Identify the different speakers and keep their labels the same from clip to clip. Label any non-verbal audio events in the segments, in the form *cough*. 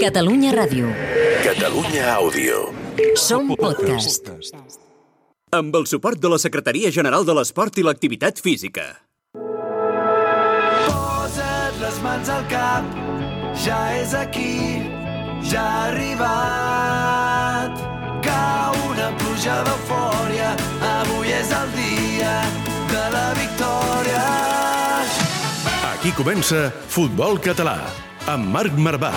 Speaker 1: Catalunya Ràdio.
Speaker 2: Catalunya Àudio.
Speaker 1: Som podcast.
Speaker 3: Amb el suport de la Secretaria General de l'Esport i l'Activitat Física.
Speaker 4: Posa't les mans al cap, ja és aquí, ja ha arribat. Cau una pluja d'eufòria, avui és el dia de la victòria.
Speaker 5: Aquí comença Futbol Català, amb Marc Marvà,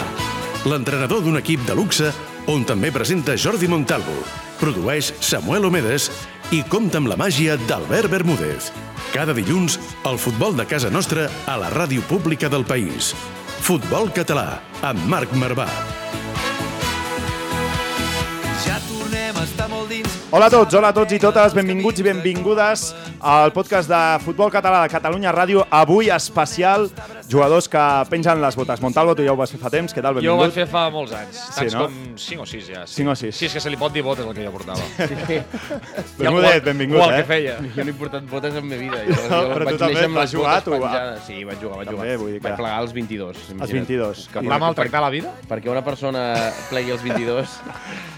Speaker 5: l'entrenador d'un equip de luxe on també presenta Jordi Montalvo, produeix Samuel Omedes i compta amb la màgia d'Albert Bermúdez. Cada dilluns, el futbol de casa nostra a la ràdio pública del país. Futbol Català, amb Marc Marvà.
Speaker 4: Ja tornem a estar molt dins.
Speaker 6: Hola a tots, hola a tots i totes, benvinguts i benvingudes al podcast de Futbol Català de Catalunya Ràdio. Avui especial, jugadors que pengen les botes. Montalvo, tu ja ho vas fer fa temps, què tal?
Speaker 7: Jo ho
Speaker 6: Benvingut.
Speaker 7: vaig fer fa molts anys, tants
Speaker 6: Sí, no?
Speaker 7: com 5 o 6 ja. Sí.
Speaker 6: 5 o 6.
Speaker 7: Sí, és que se li pot dir botes el que jo
Speaker 8: *laughs*
Speaker 7: portava. Sí.
Speaker 6: Bermudet, benvingut,
Speaker 7: el
Speaker 6: eh?
Speaker 7: que feia.
Speaker 9: *laughs* Jo no he portat botes en ma vida.
Speaker 6: No,
Speaker 9: Jo, no,
Speaker 6: però
Speaker 9: jo
Speaker 6: tu
Speaker 9: vaig
Speaker 6: també
Speaker 9: néixer amb
Speaker 6: vas
Speaker 9: les
Speaker 6: jugar,
Speaker 9: botes
Speaker 6: tu, va.
Speaker 9: penjades. Sí, vaig jugar, vaig
Speaker 6: També,
Speaker 9: jugar.
Speaker 6: vull dir que-
Speaker 9: Vaig plegar als 22. imagina't.
Speaker 6: 22.
Speaker 9: Que
Speaker 6: I-
Speaker 7: Va
Speaker 9: plegar-
Speaker 7: maltractar la vida?
Speaker 9: Perquè una persona plegui als 22...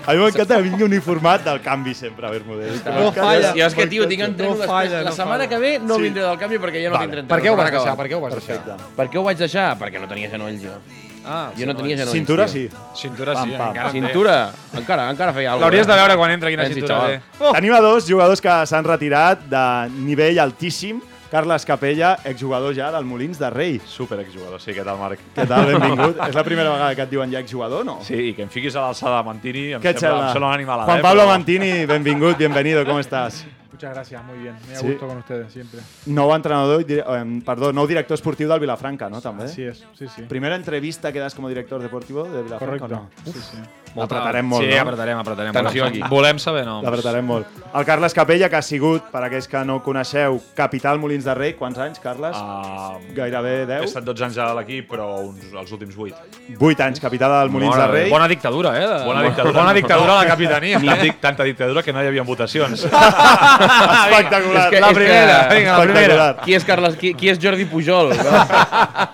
Speaker 6: A mi m'encanta que vingui uniformat del canvi sempre, Bermúdez. No
Speaker 9: Jo és que, tio, tinc entreno després. la setmana que ve no
Speaker 6: Sí.
Speaker 9: vindré del canvi perquè ja no vale.
Speaker 6: Vale.
Speaker 9: tinc entreno.
Speaker 7: Per què ho vas
Speaker 9: S'haurà
Speaker 7: deixar? Per
Speaker 9: acabat.
Speaker 7: què ho vas
Speaker 6: Perfecte.
Speaker 9: Per què ho vaig deixar? Perquè no tenia genolls, jo.
Speaker 7: deixar? Ah,
Speaker 9: Jo no tenia genolls.
Speaker 6: Cintura
Speaker 9: tio.
Speaker 6: sí.
Speaker 7: tenia... Cintura
Speaker 6: Pam,
Speaker 7: sí,
Speaker 6: pam.
Speaker 7: encara en té.
Speaker 9: Cintura? Encara, encara feia alguna
Speaker 7: L'hauries de veure quan entra quina
Speaker 9: Pensi,
Speaker 7: cintura té.
Speaker 9: xaval.
Speaker 7: Oh!
Speaker 6: Tenim a dos jugadors que s'han retirat de nivell altíssim. Carles Capella, exjugador ja del Molins de Rei.
Speaker 8: Super exjugador, sí, què tal, Marc?
Speaker 6: Què
Speaker 7: *laughs*
Speaker 6: tal? Benvingut. És la primera vegada que et diuen ja exjugador, no?
Speaker 8: Sí, i que em fiquis a l'alçada de Mantini em,
Speaker 6: Què et
Speaker 8: sembla,
Speaker 6: sembla?
Speaker 8: em sembla una animalada.
Speaker 6: Juan
Speaker 8: eh,
Speaker 6: Pablo
Speaker 8: però-
Speaker 6: Mantini, benvingut, bienvenido, ¿cómo estás?
Speaker 10: Muchas gracias, muy bien. Me ha
Speaker 6: Sí.
Speaker 10: gusto con ustedes siempre.
Speaker 6: Nou entrenador, i dire- eh, perdó, nou director esportiu del Vilafranca, no? També.
Speaker 10: Así es, sí, sí.
Speaker 6: Primera entrevista que das com a director deportivo de Vilafranca,
Speaker 10: Correcto.
Speaker 6: o no?
Speaker 10: Sí, sí.
Speaker 6: L'apretarem molt,
Speaker 8: sí,
Speaker 6: no?
Speaker 8: apretarem, apretarem.
Speaker 9: Tensió
Speaker 8: Volem-
Speaker 9: aquí.
Speaker 8: Volem saber noms.
Speaker 6: L'apretarem molt. El Carles Capella, que ha sigut, per aquells que no ho coneixeu, capital Molins de Rei. Quants anys, Carles?
Speaker 8: Ah,
Speaker 6: Gairebé
Speaker 8: he
Speaker 6: 10?
Speaker 8: estat 12 anys a l'equip, però uns, els últims 8.
Speaker 6: 8 anys, capital del Molins de Rei.
Speaker 7: Bona dictadura, eh? De...
Speaker 8: Bona dictadura.
Speaker 7: Bona dictadura a la capitania.
Speaker 8: Ni dic tanta dictadura que no hi havia
Speaker 7: *laughs*
Speaker 8: votacions.
Speaker 6: Espectacular.
Speaker 9: És que- és
Speaker 6: La
Speaker 9: que-
Speaker 6: primera,
Speaker 9: vinga,
Speaker 7: la primera.
Speaker 6: Espectacular.
Speaker 9: Qui és, Carles, qui, qui és Jordi Pujol? No?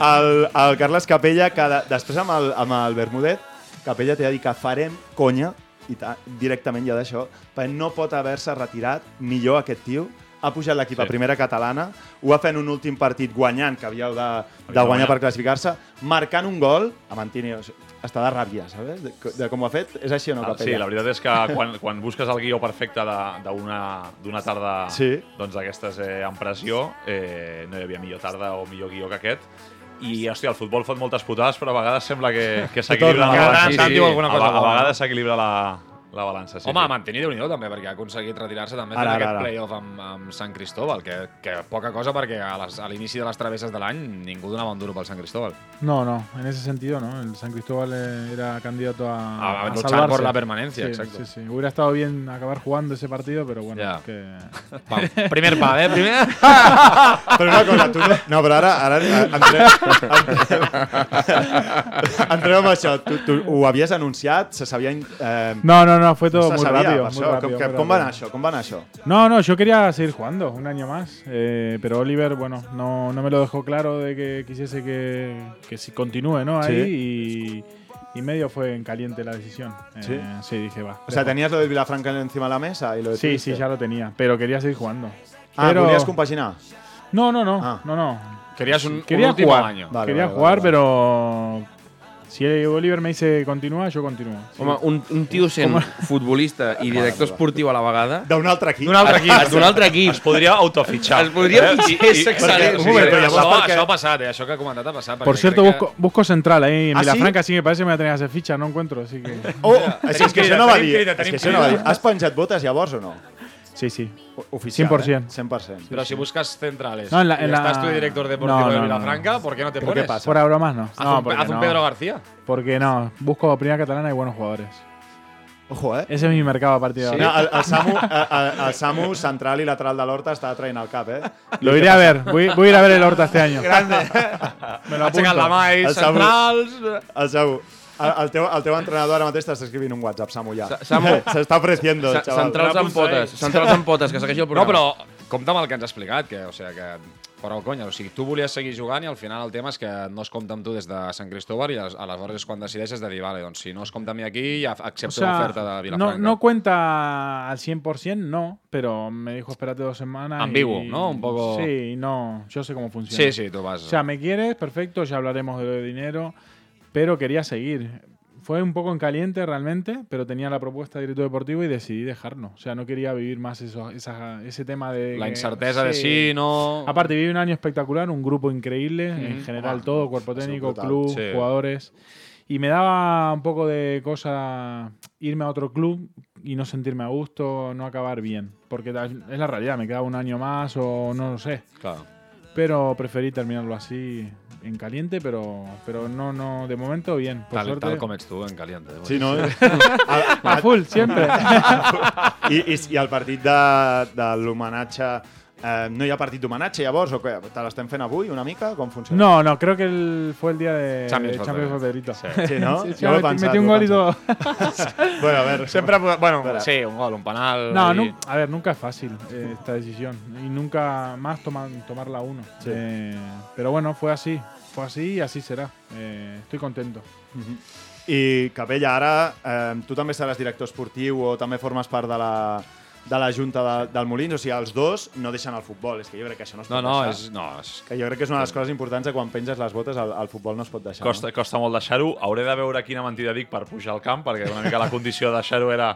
Speaker 6: El, el Carles Capella, que de, després amb el, amb el Bermudet, Capella t'he de dir que farem conya, i ta, directament ja d'això, perquè no pot haver-se retirat millor aquest tio. Ha pujat l'equip a primera catalana, ho va fer en un últim partit guanyant, que havíeu de, de guanyar per classificar-se, marcant un gol, a Mantini o sigui, està de ràbia, sabes? De, de com ho ha fet, és així o no,
Speaker 8: Ah, Sí,
Speaker 6: Capella?
Speaker 8: la veritat és que quan, quan busques el guió perfecte de- d'una d'una tarda
Speaker 6: Sí.
Speaker 8: doncs d'aquestes eh, amb pressió, eh, no hi havia millor tarda o millor guió que aquest. I, hòstia, el futbol fot moltes putades, però a vegades sembla que, que s'equilibra la
Speaker 6: torna, que
Speaker 8: balança.
Speaker 7: tant en tant diu alguna cosa
Speaker 8: A, ve- a
Speaker 7: bona.
Speaker 8: vegades s'equilibra la, la balança, sí.
Speaker 7: Home,
Speaker 8: sí.
Speaker 7: mantenir déu nhi també, perquè ha aconseguit retirar-se també
Speaker 6: Ara,
Speaker 7: en
Speaker 6: ara,
Speaker 7: aquest
Speaker 6: ara.
Speaker 7: playoff amb, amb Sant Cristóbal, que, que poca cosa perquè a les- a l'inici de les travesses de l'any ningú donava un duro pel Sant Cristóbal.
Speaker 10: No, no, en ese sentido no. El San Cristóbal eh, era candidato a,
Speaker 7: A- a luchar
Speaker 10: salvarse.
Speaker 7: por la permanencia,
Speaker 10: Sí,
Speaker 7: exacto.
Speaker 10: Sí, sí. Hubiera estado bien acabar jugando ese partido, pero bueno,
Speaker 7: Ya.
Speaker 10: es que.
Speaker 7: Pa, primer pa, eh? Primer...
Speaker 6: Però una cosa, tu no... No, però ara, ara entrem, entrem, entrem amb això. Tu, tu ho havies anunciat, se sabia... Eh,
Speaker 10: No, no, no, fue todo
Speaker 6: se
Speaker 10: muy
Speaker 6: sabia,
Speaker 10: rápido.
Speaker 6: per
Speaker 10: muy
Speaker 6: això.
Speaker 10: rápido,
Speaker 6: com, que,
Speaker 10: muy
Speaker 6: com va anar
Speaker 10: rápido.
Speaker 6: això? Com va anar això?
Speaker 10: No, no, yo quería seguir jugando un año más, eh, pero Oliver, bueno, no, no me lo dejó claro de que quisiese que, que si continúe, ¿no? Ahí y, y medio fue en caliente la decisión. Eh,
Speaker 6: Sí.
Speaker 10: sí, dije, va.
Speaker 6: O sea,
Speaker 10: dejo.
Speaker 6: tenies lo de Vilafranca encima de la mesa i lo de
Speaker 10: Sí,
Speaker 6: Twister.
Speaker 10: sí, ya lo tenía, pero quería seguir jugando.
Speaker 6: Ah,
Speaker 10: Pero-
Speaker 6: volies compaginar?
Speaker 10: No, no, no,
Speaker 6: Ah.
Speaker 10: no, no.
Speaker 7: Querías un,
Speaker 10: Quería
Speaker 7: un último
Speaker 10: jugar,
Speaker 7: año.
Speaker 6: Vale,
Speaker 10: quería
Speaker 6: vale,
Speaker 10: jugar,
Speaker 6: vale,
Speaker 10: pero si Oliver me dice continúa, yo continúo. Sí.
Speaker 9: Home, un, un tio sent futbolista i director esportiu a la vegada...
Speaker 6: D'un altre equip?
Speaker 9: D'un altre equip. D'un altre equip.
Speaker 8: Es podria autofitxar.
Speaker 9: Es
Speaker 7: Eh?
Speaker 9: podria fitxar, és excel·lent.
Speaker 6: Un moment, però
Speaker 7: Això,
Speaker 6: llavors perquè-
Speaker 7: això ha passat, eh? Això que ha comentat ha passat.
Speaker 10: Por
Speaker 7: perquè
Speaker 10: cierto,
Speaker 7: crec que-
Speaker 10: busco, busco central ahí en
Speaker 6: ¿Ah, sí?
Speaker 10: Vilafranca, así que parece que me voy a tener que hacer ficha, no encuentro, así que.
Speaker 7: *laughs*
Speaker 6: Oh, és, que, és que això no va
Speaker 8: tenim
Speaker 6: dir.
Speaker 8: crida,
Speaker 6: És
Speaker 8: tenim
Speaker 6: que això no va dir.
Speaker 8: crida.
Speaker 6: Has penjat botes llavors o no?
Speaker 10: Sí, sí.
Speaker 6: Oficial,
Speaker 10: 100%.
Speaker 6: Eh? 100%.
Speaker 7: Pero si buscas centrales
Speaker 10: No, en la-
Speaker 7: y
Speaker 10: en la-
Speaker 7: estás tu director deportivo
Speaker 10: No,
Speaker 7: de
Speaker 10: no,
Speaker 7: Vilafranca, ¿por qué no te
Speaker 6: ¿Pero qué
Speaker 7: pones?
Speaker 6: pasa?
Speaker 10: Fuera de bromas, no.
Speaker 7: Haz,
Speaker 10: no,
Speaker 7: un,
Speaker 10: porque
Speaker 7: haz un
Speaker 10: no,
Speaker 7: Pedro García.
Speaker 10: porque no. Busco primera catalana y buenos jugadores.
Speaker 6: Ojo, eh?
Speaker 10: Ese es mi mercado a partir de
Speaker 6: No,
Speaker 10: ahora.
Speaker 6: el, el, Samu, el, el- el Samu, central i lateral de l'Horta, està traient el cap, eh?
Speaker 10: Lo iré a ver, voy, voy a ir a ver el Horta este año. *laughs* Me lo
Speaker 7: Aixecat la
Speaker 10: apunto.
Speaker 7: mà i
Speaker 6: El Samu.
Speaker 7: centrals...
Speaker 6: El Samu. El, el, teu, el teu entrenador ara mateix t'està escrivint un WhatsApp, Samu, ja.
Speaker 9: Sa- Samu.
Speaker 6: *laughs* S'està ofreciendo,
Speaker 9: Ce-
Speaker 6: el xaval.
Speaker 9: Centrals amb potes, centrals amb potes, que segueixi el
Speaker 7: No,
Speaker 9: programa.
Speaker 7: però compta amb el que ens ha explicat, que, o sigui, que fora el conya. O sigui, tu volies seguir jugant i al final el tema és que no es compta amb tu des de Sant Cristóbal i als- aleshores és quan decideixes de dir, vale, doncs si no es compta amb mi aquí, ja
Speaker 10: O
Speaker 7: accepto
Speaker 10: sea,
Speaker 7: l'oferta de
Speaker 10: no,
Speaker 7: Vilafranca.
Speaker 10: no cuenta al 100%, no, pero me dijo espérate dos semanas. y-
Speaker 7: Ambiguo, ¿no? Un poco-
Speaker 10: Sí, no, yo sé cómo funciona.
Speaker 7: Sí, sí, tu vas...
Speaker 10: O sea, me quieres, perfecto, ya hablaremos de lo de dinero, pero quería seguir. Fue un poco en caliente realmente, pero tenía la propuesta de director deportivo y decidí dejarlo. O sea, no quería vivir más eso, esa- ese tema de...
Speaker 7: la
Speaker 10: que-
Speaker 7: incertesa de
Speaker 10: eh, sí.
Speaker 7: sí, no...
Speaker 10: Aparte, viví un año espectacular, un grupo increíble, en
Speaker 6: Ah,
Speaker 10: general todo, cuerpo técnico,
Speaker 6: brutal.
Speaker 10: club,
Speaker 7: Sí.
Speaker 10: jugadores. Y me daba un poco de cosa irme a otro club y no sentirme a gusto, no acabar bien. Porque tal- es la realidad, me quedaba un año más o no lo sé.
Speaker 7: Claro.
Speaker 10: Pero preferí terminarlo así en caliente, pero, pero no, no, de momento bien. Por
Speaker 7: Tal,
Speaker 10: suerte.
Speaker 7: tal com ets tu, en caliente. eh?
Speaker 6: Sí, no?
Speaker 8: eh,
Speaker 10: a full,
Speaker 7: *laughs*
Speaker 10: siempre.
Speaker 6: I, i, I el partit de, de l'homenatge... Eh, no hi ha partit d'homenatge, llavors? O què? Te l'estem fent avui, una mica? Com funciona?
Speaker 10: No, no, creo que el- fue el día de
Speaker 7: Champions
Speaker 10: de Champions
Speaker 7: Federation.
Speaker 10: Federation.
Speaker 6: Sí, no?
Speaker 10: *laughs* Sí, sí,
Speaker 6: Jo ho he
Speaker 10: metí-
Speaker 6: pensat,
Speaker 10: metí un
Speaker 6: ho he
Speaker 10: gol y todo.
Speaker 6: Bueno, a veure...
Speaker 7: Sempre, bueno,
Speaker 6: Espera.
Speaker 7: sí, un gol, un penal...
Speaker 10: No,
Speaker 7: ahí.
Speaker 10: nu- a ver, nunca es fácil eh, esta decisión. Y nunca más toma- tomarla uno. Eh, pero bueno, fue así. Fue así y así será. Eh, estoy contento.
Speaker 6: I Capella, ara eh, tu també seràs director esportiu o també formes part de la, de la Junta de, del Molins, o sigui, els dos no deixen el futbol, és que jo crec que això no es pot
Speaker 7: No, no,
Speaker 6: deixar.
Speaker 7: és, no, és
Speaker 6: Que jo crec que és una de les coses importants de quan penges les botes al, al futbol no es pot deixar.
Speaker 8: Costa, costa molt deixar-ho. Hauré de veure quina mentida dic per pujar al camp, perquè una mica la condició de deixar-ho era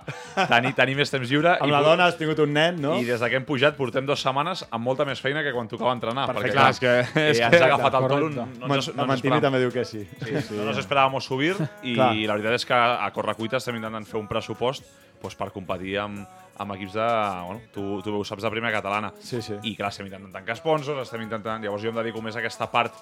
Speaker 8: tenir, tenir més temps lliure.
Speaker 6: No? Amb la
Speaker 8: pu-
Speaker 6: dona has tingut un nen, no?
Speaker 8: I des de que hem pujat portem dues setmanes amb molta més feina que quan tocava entrenar.
Speaker 6: Perfecte.
Speaker 8: Perquè,
Speaker 6: Clar, és
Speaker 8: que, eh,
Speaker 7: és
Speaker 8: ens
Speaker 7: que-
Speaker 8: ha agafat el toro. No,
Speaker 10: correcte.
Speaker 8: no, ens- no,
Speaker 6: la
Speaker 8: ens
Speaker 6: Mantini
Speaker 8: esperàvem.
Speaker 6: també diu que sí.
Speaker 8: no nos esperàvem subir i
Speaker 6: *laughs* Clar.
Speaker 8: la veritat és que a correcuita estem intentant fer un pressupost doncs, per competir amb, amb equips de... Bueno, tu, tu ho saps de primera catalana.
Speaker 6: Sí, sí.
Speaker 8: I clar, estem intentant tancar sponsors, estem intentant... Llavors jo em dedico més a aquesta part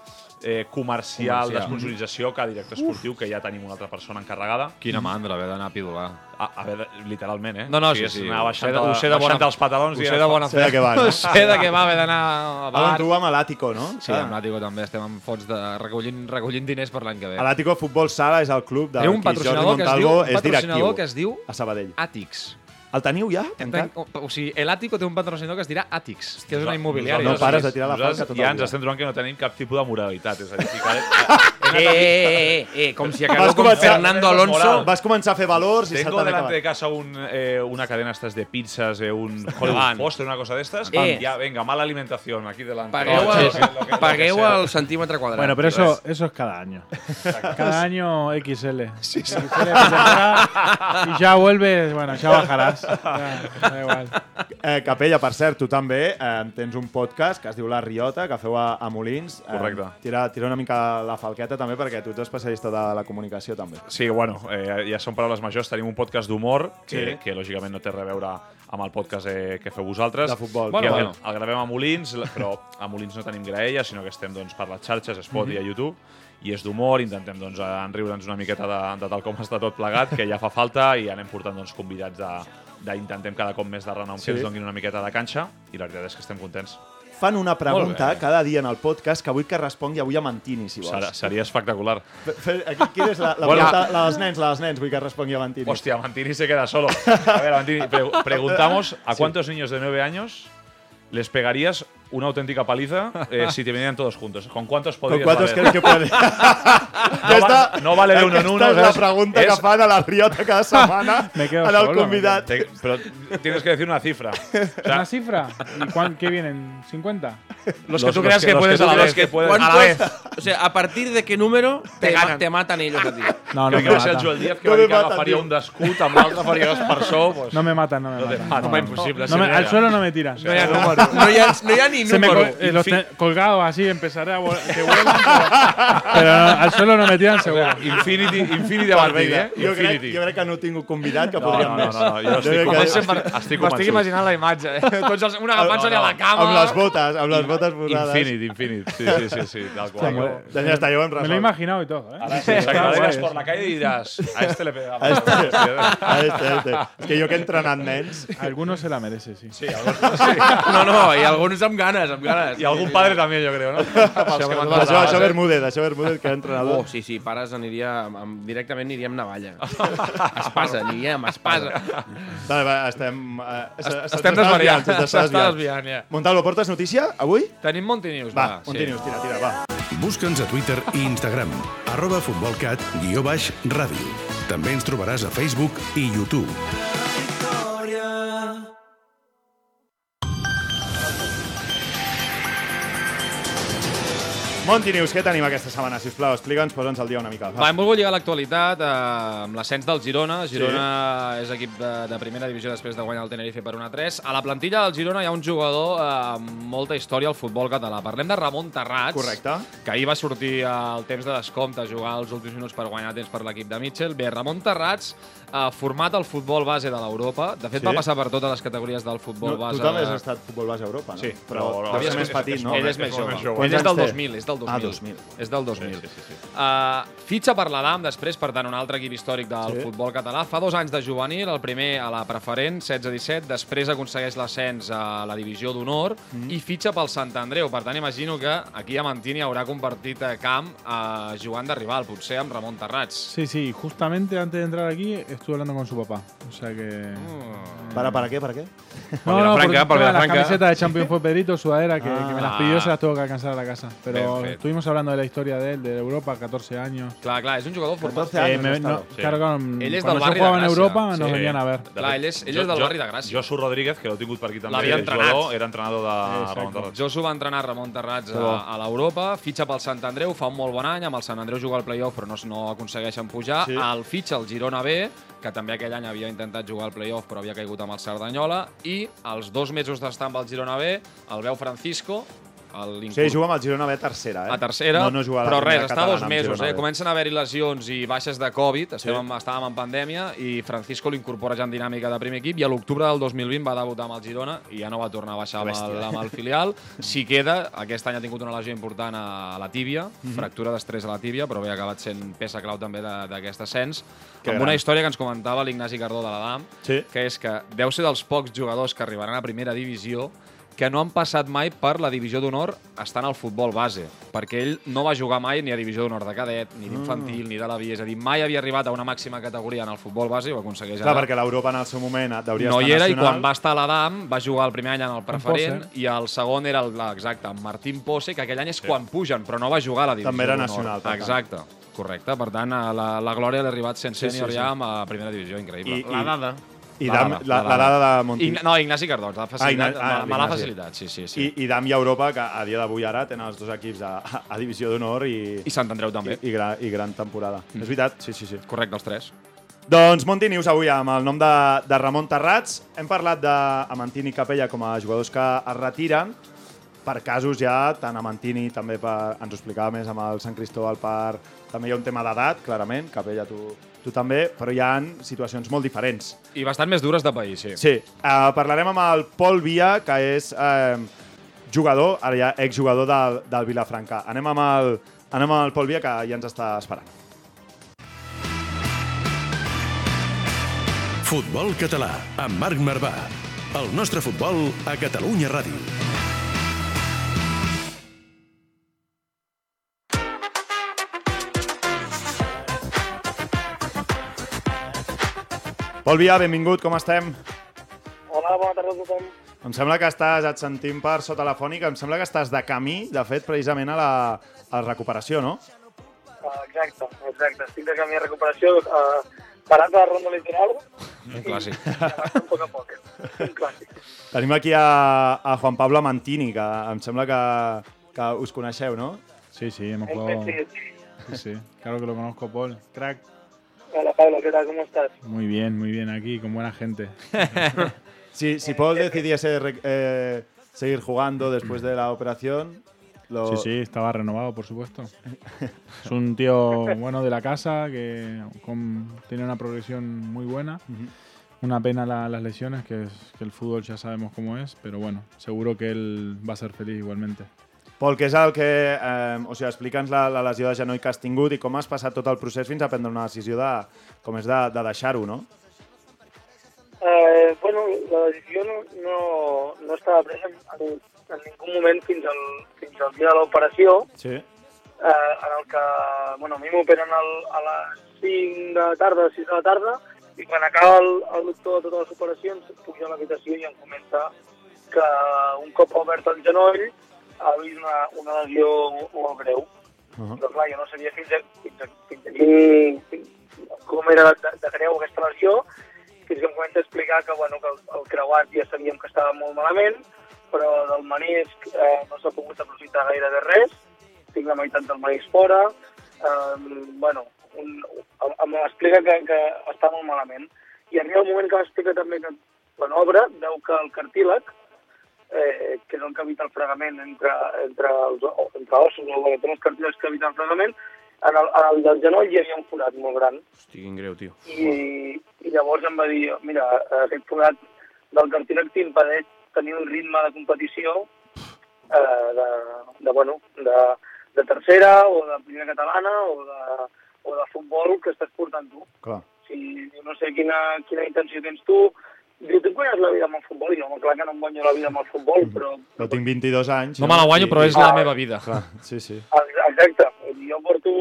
Speaker 8: eh, comercial,
Speaker 7: Comercial.
Speaker 8: d'esponsorització que a director esportiu, que ja tenim una altra persona encarregada.
Speaker 7: quina mandra haver d'anar a pidolar.
Speaker 8: A, a veure, literalment, eh?
Speaker 7: No, no,
Speaker 8: O sigui,
Speaker 7: sí,
Speaker 8: és
Speaker 7: sí.
Speaker 8: Anar
Speaker 7: Ho sé
Speaker 8: baixant,
Speaker 7: de- ho sé de
Speaker 8: baixant
Speaker 7: bona-
Speaker 8: dels pantalons.
Speaker 7: Ho
Speaker 8: i
Speaker 7: sé de bona
Speaker 6: Sé de què va, no?
Speaker 7: *laughs* Ho sé de què va haver d'anar a
Speaker 6: Ah,
Speaker 7: bar.
Speaker 6: tu amb l'Àtico, no?
Speaker 7: Sí, amb l'Àtico també estem en fons de recollint, recollint diners per l'any que ve.
Speaker 6: L'Àtico Futbol Sala és el club de
Speaker 7: Té un
Speaker 6: qui Jordi
Speaker 7: patrocinador que es diu,
Speaker 6: Montalvo
Speaker 7: un
Speaker 6: és directiu
Speaker 7: patrocinador que es diu
Speaker 6: a Sabadell.
Speaker 7: Àtics.
Speaker 6: El teniu ja?
Speaker 7: Ten,
Speaker 6: tancat?
Speaker 7: o, o sigui, el Àtico té un patrocinador que es dirà Àtics, que és una
Speaker 8: Nosaltres-
Speaker 7: immobiliària.
Speaker 6: No
Speaker 8: nosaltres-
Speaker 6: pares de tirar la
Speaker 8: nosaltres
Speaker 6: falca tot el
Speaker 8: Ja
Speaker 6: dia.
Speaker 8: ens estem trobant que no tenim cap tipus de moralitat. És a dir,
Speaker 9: Eh, eh, eh, eh, com si acabés con
Speaker 6: començar-
Speaker 9: Fernando Alonso.
Speaker 6: Vas començar a fer valors i
Speaker 8: Tengo
Speaker 6: saltant
Speaker 8: delante de
Speaker 6: acabar.
Speaker 8: casa un, eh, una cadena estas de pizzas, eh, un
Speaker 7: Ah,
Speaker 8: Hollywood Poster, una cosa de estas.
Speaker 9: Eh.
Speaker 8: Y ya, venga, mala alimentación aquí delante.
Speaker 9: Pagueu,
Speaker 8: Oh,
Speaker 9: el,
Speaker 8: sí, sí, lo que- lo que
Speaker 9: pagueu
Speaker 8: sea.
Speaker 9: el centímetre quadrat.
Speaker 10: Bueno, pero eso, eso es cada año. Cada año XL. XL bajará y ya vuelves, bueno, ya *laughs* bajarás. Ya, da igual.
Speaker 6: Eh, Capella, per cert, tu també eh, tens un podcast que es diu La Riota, que feu a, a Molins.
Speaker 8: Correcte.
Speaker 6: Eh, tira, tira una mica la falqueta també, perquè tu ets especialista de la comunicació també.
Speaker 8: Sí, bueno, eh, ja són paraules majors. Tenim un podcast d'humor, que, que lògicament no té res a veure amb el podcast eh, que feu vosaltres.
Speaker 6: De futbol,
Speaker 8: Bueno,
Speaker 6: bueno.
Speaker 8: bueno. El, el gravem a Molins, la- però a Molins no tenim graella, sinó que estem doncs, per les xarxes, Spotify
Speaker 6: Mhm.
Speaker 8: i a YouTube, i és d'humor, intentem doncs, enriure'ns una miqueta de, de tal com està tot plegat, que ja fa falta, i anem portant doncs, convidats de, de intentem cada cop més de renom
Speaker 6: Sí.
Speaker 8: que ens donguin una miqueta de canxa, i la veritat és que estem contents.
Speaker 6: Fan una pregunta cada dia en el podcast que vull que respongui avui a Mantini, si vols.
Speaker 8: Serà, seria espectacular.
Speaker 6: Fe- fe- Aquí, aquí és la, la,
Speaker 8: Bueno.
Speaker 6: pregunta, la dels nens, la dels nens, vull que respongui a Mantini.
Speaker 8: Hostia, Mantini se queda solo. A ver, Mantini, pre- preguntamos a cuántos niños de 9 años les pegarías una auténtica paliza eh, si te vinieran todos juntos. ¿Con cuántos
Speaker 6: Con
Speaker 8: podrías
Speaker 6: cuántos
Speaker 8: valer?
Speaker 6: crees que *laughs* puede?
Speaker 8: No, va- no vale de uno en uno.
Speaker 6: Esta és la
Speaker 8: ¿sabes?
Speaker 6: pregunta que
Speaker 8: Es-
Speaker 6: fan a la Riota
Speaker 8: *laughs*
Speaker 6: cada setmana
Speaker 10: Me quedo
Speaker 6: en el
Speaker 10: solo,
Speaker 6: convidat.
Speaker 8: te- pero tienes que decir una cifra. O sea,
Speaker 10: *laughs* ¿Una cifra? ¿Y cuán- qué vienen? ¿50?
Speaker 8: los
Speaker 7: tú creas que
Speaker 8: los
Speaker 7: puedes
Speaker 8: tú
Speaker 7: a la
Speaker 8: creas
Speaker 7: vez.
Speaker 8: que puedes-
Speaker 9: ¿Cuánto
Speaker 8: a la vez.
Speaker 9: es? O sea, a partir de qué número te, ma- te matan ellos a ti.
Speaker 10: No, no
Speaker 8: Crec
Speaker 10: me
Speaker 8: que va ser el
Speaker 10: matan.
Speaker 8: Joel Díaz que
Speaker 6: No
Speaker 8: va
Speaker 6: me
Speaker 8: dir que
Speaker 6: mata,
Speaker 8: agafaria
Speaker 6: tio.
Speaker 8: un d'escut amb l'altre faria d'espersor. Pues,
Speaker 10: No me matan, no me
Speaker 8: te
Speaker 10: matan.
Speaker 7: Ah,
Speaker 8: matan,
Speaker 10: No,
Speaker 8: home,
Speaker 10: no.
Speaker 8: imposible,
Speaker 10: No me-
Speaker 8: seria-
Speaker 10: al suelo no me tiran.
Speaker 9: No hi ha número. No hi ha, no hi ha ni
Speaker 10: Se me
Speaker 9: número.
Speaker 10: col- eh, los te- colgados así empezaré a volar. Pero, pero no, al suelo no me tiran seguro.
Speaker 8: Infinity, Infinity a Mantini, eh?
Speaker 6: Jo crec,
Speaker 8: Infinity.
Speaker 6: jo crec que no he tingut convidat que
Speaker 8: No,
Speaker 6: podríem
Speaker 8: no, no, no, no, jo estic,
Speaker 6: Jo crec que-
Speaker 8: convençut. estic
Speaker 7: M'estic
Speaker 8: convençut.
Speaker 7: imaginant la imatge. Eh? Tots els, un agafant-se-li
Speaker 8: No, no,
Speaker 7: a la cama.
Speaker 6: Amb les botes, amb les botes posades.
Speaker 8: Infinite, Infinite. Sí, sí, sí, sí, tal Eh, cual.
Speaker 10: bueno.
Speaker 6: Ja està, ja ho hem
Speaker 10: Me lo he
Speaker 6: resolt.
Speaker 10: imaginado y todo. ¿eh?
Speaker 8: Ahora sí, o sea, que vayas por la calle y dirás, a este le pegamos.
Speaker 6: A este, a este,
Speaker 8: *laughs*
Speaker 6: a este. És que jo que he entrenat nens...
Speaker 10: Algunos se la merece, sí.
Speaker 9: No, no, i alguns amb ganas, amb ganes.
Speaker 8: Y algún padre también, yo creo, ¿no? Pels que van
Speaker 6: Doncs Això,
Speaker 8: matar,
Speaker 6: això
Speaker 8: eh?
Speaker 6: Bermúdez, això Bermúdez, que era entrenador.
Speaker 9: Oh, sí, sí, pares aniria... Amb, amb, directament aniria amb navalla. espasa, aniria amb espasa.
Speaker 6: Dale, va, estem... Eh,
Speaker 7: Estem desvariant. S'està desviant, ja.
Speaker 6: Montalvo, portes notícia avui?
Speaker 7: Tenim Monty News, va.
Speaker 6: Va, continues, tira, tira, va.
Speaker 5: Busca'ns a Twitter i Instagram, arroba futbolcat, guió baix, ràdio. També ens trobaràs a Facebook i YouTube.
Speaker 6: Monti News, què tenim aquesta setmana, sisplau? Explica'ns, posa'ns al dia una mica.
Speaker 7: Va, hem volgut lligar l'actualitat eh, amb l'ascens del Girona. Girona és equip de, de primera divisió després de guanyar el Tenerife per 1-3. A la plantilla del Girona hi ha un jugador eh, amb molta història al futbol català. Parlem de Ramon Terrats.
Speaker 6: Correcte.
Speaker 7: Que ahir va sortir al temps de descompte a jugar els últims minuts per guanyar temps per l'equip de Mitchell. Bé, Ramon Terrats ha format el futbol base de l'Europa. De fet,
Speaker 6: Sí?
Speaker 7: sí? va passar per totes les categories del futbol
Speaker 6: No,
Speaker 7: base.
Speaker 6: tu també has estat futbol base a Europa, no?
Speaker 8: Sí,
Speaker 6: però,
Speaker 8: però-
Speaker 6: però devies ser més
Speaker 8: és-
Speaker 6: petit, no?
Speaker 7: Ell és més
Speaker 8: molt
Speaker 7: jove.
Speaker 8: més jove.
Speaker 7: Ell
Speaker 6: Quants
Speaker 7: és del
Speaker 6: anys té?
Speaker 7: 2000, és del 2000.
Speaker 6: Ah, 2000.
Speaker 7: És del 2000.
Speaker 8: Sí, sí, sí, sí.
Speaker 7: Uh, fitxa per l'Adam després, per tant, un altre equip històric del
Speaker 6: Sí.
Speaker 7: sí. futbol català. Fa dos anys de juvenil, el primer a la preferent, 16-17, després aconsegueix l'ascens a la divisió d'honor mm. i fitxa pel Sant Andreu. Per tant, imagino que aquí a Mantini haurà compartit eh, camp eh, jugant de rival, potser amb Ramon Terrats.
Speaker 10: Sí, sí, justamente antes de entrar aquí estuve hablando con su papá. O sea que.
Speaker 6: Para, para qué, para qué?
Speaker 10: No,
Speaker 8: Vilafranca,
Speaker 10: porque el tema de
Speaker 8: por Vilafranca.
Speaker 10: Las camisetas de Champions fue Pedrito, sudadera, que, que me las pidió, se las tuvo que alcanzar a la casa. Pero
Speaker 7: Perfecto.
Speaker 10: estuvimos hablando de la historia de él, de Europa, 14 años.
Speaker 7: Clar, clar, és un jugador format.
Speaker 6: 14 años
Speaker 10: Eh, me-
Speaker 6: has estado.
Speaker 10: no, Claro, claro, cuando
Speaker 7: Él es del
Speaker 10: yo
Speaker 7: barrio de
Speaker 10: jugaba en
Speaker 7: Gracia,
Speaker 10: Europa nos
Speaker 7: sí.
Speaker 10: venían a ver.
Speaker 7: Clar, ell és, ell
Speaker 8: Jo-
Speaker 7: és del
Speaker 8: jo-
Speaker 7: barri de Gràcia.
Speaker 8: Josu Rodríguez, que l'ho he tingut per aquí també,
Speaker 7: L'havia
Speaker 8: era
Speaker 7: entrenat.
Speaker 8: jugador, era entrenador de Ramon Terrats.
Speaker 7: Josu va entrenar Ramon Terrats a,
Speaker 6: Però-
Speaker 7: a l'Europa, fitxa pel Sant Andreu, fa un molt bon any, amb el Sant Andreu juga al playoff però no, s- no aconsegueixen pujar,
Speaker 6: Sí.
Speaker 7: sí. el fitxa el Girona B, que també aquell any havia intentat jugar al playoff però havia caigut amb el Cerdanyola, i als dos mesos d'estar amb el Girona B el veu Francisco, el
Speaker 6: Sí, juga amb el Girona B a tercera, eh?
Speaker 7: a tercera,
Speaker 6: No, no juga a la
Speaker 7: però
Speaker 6: primera
Speaker 7: res, està
Speaker 6: catalana
Speaker 7: dos
Speaker 6: amb
Speaker 7: mesos,
Speaker 6: Girona
Speaker 7: eh?
Speaker 6: B.
Speaker 7: comencen a haver-hi lesions i baixes de Covid, estem sí. amb, estàvem en pandèmia i Francisco l'incorpora ja en dinàmica de primer equip i a l'octubre del 2020 va debutar amb el Girona i ja no va tornar a baixar amb el, amb el
Speaker 6: *laughs*
Speaker 7: filial. S'hi queda, aquest any ha tingut una lesió important a la tíbia,
Speaker 6: Mhm.
Speaker 7: fractura d'estrès a la tíbia, però bé, ha acabat sent peça clau també de- d'aquest ascens,
Speaker 6: Que
Speaker 7: amb
Speaker 6: gran.
Speaker 7: una història que ens comentava l'Ignasi Cardó de l'Adam,
Speaker 6: Sí.
Speaker 7: que és que deu ser dels pocs jugadors que arribaran a primera divisió que no han passat mai per la divisió d'honor estant al futbol base, perquè ell no va jugar mai ni a divisió d'honor de cadet, ni d'infantil,
Speaker 6: Mm.
Speaker 7: ni de la via, és a dir, mai havia arribat a una màxima categoria en el futbol base i ho aconsegueix
Speaker 6: Clar,
Speaker 7: ara.
Speaker 6: perquè l'Europa en el seu moment deuria
Speaker 7: no hi
Speaker 6: estar
Speaker 7: era i
Speaker 6: nacional.
Speaker 7: quan va estar a l'Adam va jugar el primer any en el preferent
Speaker 10: Posse.
Speaker 7: i el segon era el, exacte, amb Martín Posse, que aquell any és quan pugen, però no va jugar a la divisió
Speaker 6: També era
Speaker 7: d'honor.
Speaker 6: nacional, per tant.
Speaker 7: Exacte, correcte. Per tant, a la, la glòria l'ha arribat sent sènior sí, sí, sí. ja amb eh, primera divisió,
Speaker 6: I-
Speaker 7: increïble.
Speaker 9: La dada.
Speaker 6: I
Speaker 7: La
Speaker 6: Dam,
Speaker 7: dada,
Speaker 6: la,
Speaker 7: la
Speaker 6: la
Speaker 7: dada.
Speaker 6: dada de Monti.
Speaker 7: Igna, no, Ignasi Cardó, l'ha facilitat,
Speaker 6: Ah, Igna- ah,
Speaker 7: me l'ha
Speaker 6: l'Ignasi.
Speaker 7: facilitat, sí, sí. sí.
Speaker 6: I, I Dam i Europa, que a dia d'avui ara tenen els dos equips a, a, a divisió d'honor i,
Speaker 7: I Sant Andreu també.
Speaker 6: i, i, gran, i gran temporada. Mm. És veritat, sí, sí, sí.
Speaker 7: Correcte, els tres.
Speaker 6: Doncs Monti News avui amb el nom de, de Ramon Terrats. Hem parlat d'Amantini i Capella com a jugadors que es retiren per casos ja, tant Amantini també per, ens ho explicava més amb el Sant Cristóbal per... També hi ha un tema d'edat, clarament, Capella tu, tu també, però hi ha situacions molt diferents.
Speaker 7: I bastant més dures de país, sí.
Speaker 6: Sí, uh, parlarem amb el Pol Via, que és eh, jugador, ara ja exjugador del, del Vilafranca. Anem amb el, anem amb el Pol Via, que ja ens està esperant.
Speaker 5: Futbol català, amb Marc Marvà. El nostre futbol a Catalunya Ràdio.
Speaker 6: Pol Via, benvingut, com estem?
Speaker 11: Hola, bona tarda a tothom.
Speaker 6: Em sembla que estàs, et sentim per sota la fònica, em sembla que estàs de camí, de fet, precisament a la, a la recuperació, no?
Speaker 11: Ah, Exacte, exacte. Estic de camí de recuperació, uh, parat a la ronda litoral,
Speaker 7: Un clàssic.
Speaker 11: avançant a poc a poc. Un clàssic.
Speaker 6: Tenim aquí a, a Juan Pablo Mantini, que em sembla que, que us coneixeu, no?
Speaker 10: Sí, sí, hemos jugado.
Speaker 11: Sí, sí.
Speaker 10: Sí, sí. Claro que lo conozco, Paul. Crack.
Speaker 11: Hola, Pablo, ¿qué tal? ¿Cómo estás?
Speaker 10: Muy bien, muy bien aquí, con buena gente.
Speaker 6: Si, si Paul decidiese re- eh, seguir jugando después de la operación, lo...
Speaker 10: Sí, sí, estaba renovado, por supuesto. Es un tío bueno de la casa que con- tiene una progresión muy buena. Una pena la- las lesiones, que, es- que el fútbol ya sabemos cómo es, pero bueno, seguro que él va a ser feliz igualmente.
Speaker 6: Pol, què és el que... Eh, o sigui, explica'ns la, la lesió de genoll que has tingut i com has passat tot el procés fins a prendre una decisió de, com és de, de deixar-ho, no?
Speaker 11: Eh, bueno, la decisió no, no, no estava presa en, en, en ningú moment fins al, fins al dia de l'operació,
Speaker 6: Sí.
Speaker 11: eh, en el que, bueno, a mi m'operen al- a les 5 de la tarda, 6 de la tarda, i quan acaba el, el doctor de totes les operacions, puc jo a l'habitació i em comenta que un cop obert el genoll havia una, una lesió molt greu. Uh
Speaker 6: -huh.
Speaker 11: Però clar, jo no sabia fins a, fins a, fins a quin, com era de, de greu aquesta lesió, fins que em comença a explicar que, bueno, que el, el creuat ja sabíem que estava molt malament, però del menisc eh, no s'ha pogut aprofitar gaire de res, tinc la meitat del menisc fora, eh, bueno, un, em, em explica que, que està molt malament. I arriba el moment que m'explica també que quan obre veu que el cartílag, eh, que és el que evita el fregament entre, entre, els, o- entre ossos, o bé, els cartílags que eviten el fregament, en el, en el del genoll hi havia un forat molt gran
Speaker 9: Hosti, quin greu, tio.
Speaker 11: i, i llavors em va dir, mira, aquest forat del cartílag t'impedeix tenir un ritme de competició eh, de, de, bueno, de, de tercera o de primera catalana o de, o de futbol que estàs portant tu.
Speaker 6: Clar.
Speaker 11: Si no sé quina, quina intenció tens tu, diu, tu et guanyes la vida amb el futbol? I jo, home, clar que no em guanyo la vida amb el futbol, però
Speaker 6: Però tinc 22 anys.
Speaker 7: No me la guanyo, però és la meva
Speaker 11: vida.
Speaker 6: Clar, sí, sí.
Speaker 11: Exacte. Vull dir, Jo porto,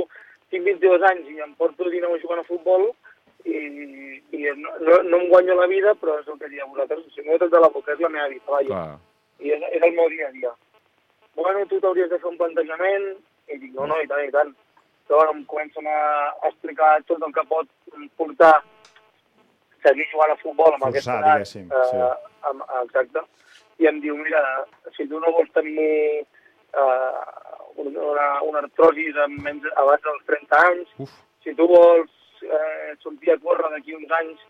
Speaker 11: tinc 22 anys i em porto 19 jugant a futbol i, i no, no, no em guanyo la vida, però és el que dieu vosaltres. Si m'ho he tret de la boca, és la meva vida, vaja. I és, és el meu dia a dia. Bueno, tu t'hauries de fer un plantejament, i dic, no, no, i tant, i tant. Però bueno, em comencen a explicar tot el que pot portar seguir jugant a futbol amb
Speaker 6: Forçar,
Speaker 11: aquest edat.
Speaker 6: diguéssim,
Speaker 11: Eh, amb, exacte. I em diu, mira, si tu no vols tenir eh, una, una artrosi de menys, abans dels 30 anys, si tu vols eh, sortir a córrer d'aquí uns anys,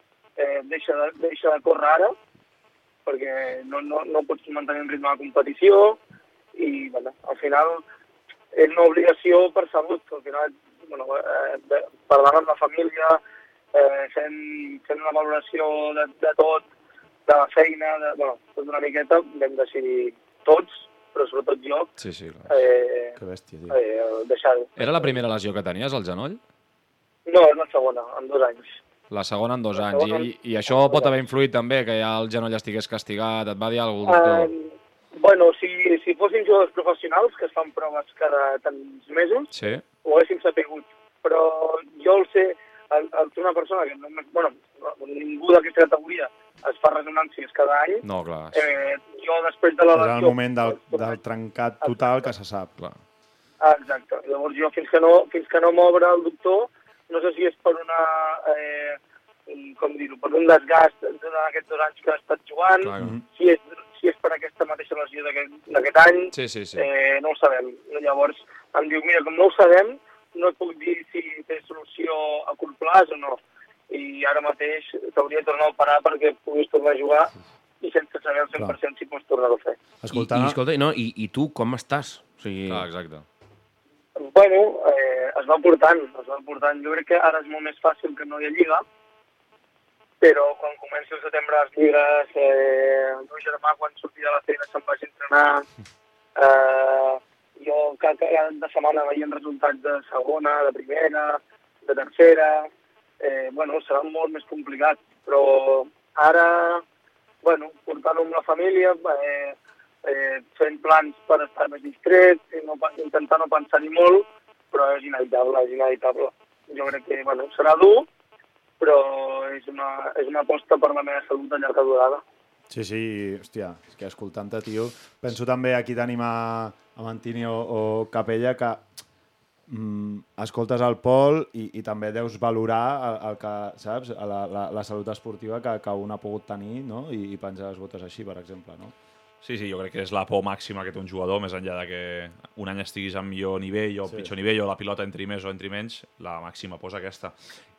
Speaker 11: eh, deixa, de, deixa de córrer ara, perquè no, no, no pots mantenir un ritme de competició i bueno, al final és una obligació per salut, al final bueno, eh, de- parlant amb la família, eh, fent, fent una valoració de, de tot, de la feina, de, bueno, tot una miqueta, vam decidir tots, però sobretot jo,
Speaker 7: Sí, sí. clar.
Speaker 11: eh,
Speaker 6: que bèstia,
Speaker 11: eh, deixar-ho.
Speaker 7: Era la primera lesió que tenies, al genoll?
Speaker 11: No, és la segona, en dos anys.
Speaker 7: La segona en dos anys.
Speaker 11: segona-
Speaker 7: I, i, i això pot haver influït també, que ja el genoll estigués castigat. Et va dir alguna cosa, doctor?
Speaker 11: Eh, bueno, si, si fossin jugadors professionals que es fan proves cada tants mesos,
Speaker 7: Sí.
Speaker 11: ho haguéssim sabut. Però jo el sé, el, el ser una persona que no, bueno, ningú d'aquesta categoria es fa resonàncies cada any,
Speaker 7: No, clar.
Speaker 11: eh, jo després de la Doncs,
Speaker 6: Serà el
Speaker 11: lesió...
Speaker 6: moment del, del trencat total que se sap.
Speaker 7: Clar.
Speaker 11: Ah, exacte. Llavors jo fins que no, fins que no m'obre el doctor, no sé si és per una... Eh, un- com dir-ho, per un desgast durant aquests dos anys que he estat jugant,
Speaker 7: Clar, clar.
Speaker 11: si és, si és per aquesta mateixa lesió d'aquest d'aquest any,
Speaker 7: Sí, sí, sí.
Speaker 11: eh, no ho sabem. Llavors em diu, mira, com no ho sabem, no et puc dir si té solució a curt plaç o no. I ara mateix t'hauria de tornar a operar perquè puguis tornar a jugar i sense saber al 100% si pots tornar-ho a fer.
Speaker 9: Escolta... I, i, escolta, no, i, i tu com estàs? O sigui...
Speaker 7: Clar, exacte.
Speaker 11: Bueno, eh, es va portant, es va portant. Jo crec que ara és molt més fàcil que no hi ha lliga, però quan comença el setembre les lligues, eh, el meu germà quan sortia de la feina se'n vaig entrenar, eh, jo cada, cada setmana veient resultats de segona, de primera, de tercera, eh, bueno, serà molt més complicat, però ara, bueno, portant-ho amb la família, eh, eh, fent plans per estar més distret, i no, pa- intentar no pensar-hi molt, però és inevitable, és inevitable. Jo crec que bueno, serà dur, però és una, és una aposta per la meva salut de llarga durada.
Speaker 6: Sí, sí, hòstia, és que escoltant-te, tio, penso també aquí tenim a, a Mantini o, o Capella que mm, escoltes el Pol i, i també deus valorar el, el que, saps, la, la, la salut esportiva que, que un ha pogut tenir no? I, i penjar les botes així, per exemple, no?
Speaker 8: Sí, sí, jo crec que és la por màxima que té un jugador, més enllà de que un any estiguis a millor nivell o
Speaker 6: Sí.
Speaker 8: sí. pitjor nivell, o la pilota entri més o entri menys, la màxima posa aquesta.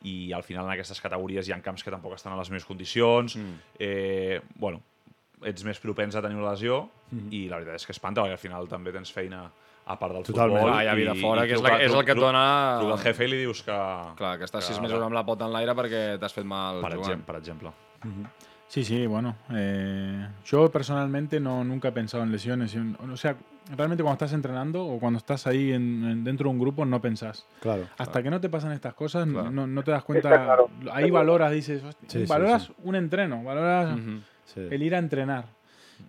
Speaker 8: I al final en aquestes categories hi ha camps que tampoc estan a les meves condicions. Mm. Eh, bueno, ets més propens a tenir una lesió
Speaker 7: Mhm.
Speaker 8: i la veritat és que espanta, perquè al final també tens feina a part del
Speaker 7: Totalment.
Speaker 8: futbol.
Speaker 7: Clar, Ah, hi ha vida fora, que és la-
Speaker 8: trucar-
Speaker 7: és el que et
Speaker 8: tru-
Speaker 7: dona-
Speaker 8: Truca al jefe i li dius que...
Speaker 7: Clar, que estàs sis mesos amb la pota en l'aire perquè t'has fet mal
Speaker 8: Per
Speaker 7: jugant.
Speaker 8: exemple, per exemple.
Speaker 10: Sí, sí, bueno. eh, yo personalmente no, nunca he pensado en lesiones. y un- O sea, realmente cuando estás entrenando o cuando estás ahí en- en- dentro de un grupo no pensás.
Speaker 6: Claro.
Speaker 10: Hasta que no te pasan estas cosas,
Speaker 6: Claro.
Speaker 10: no, no te das
Speaker 6: Está
Speaker 10: cuenta.
Speaker 6: claro.
Speaker 10: Ahí valoras, dices, "Hosti-
Speaker 6: Sí, sí,
Speaker 10: valoras un entreno, valoras,
Speaker 6: Sí.
Speaker 10: el ir a entrenar.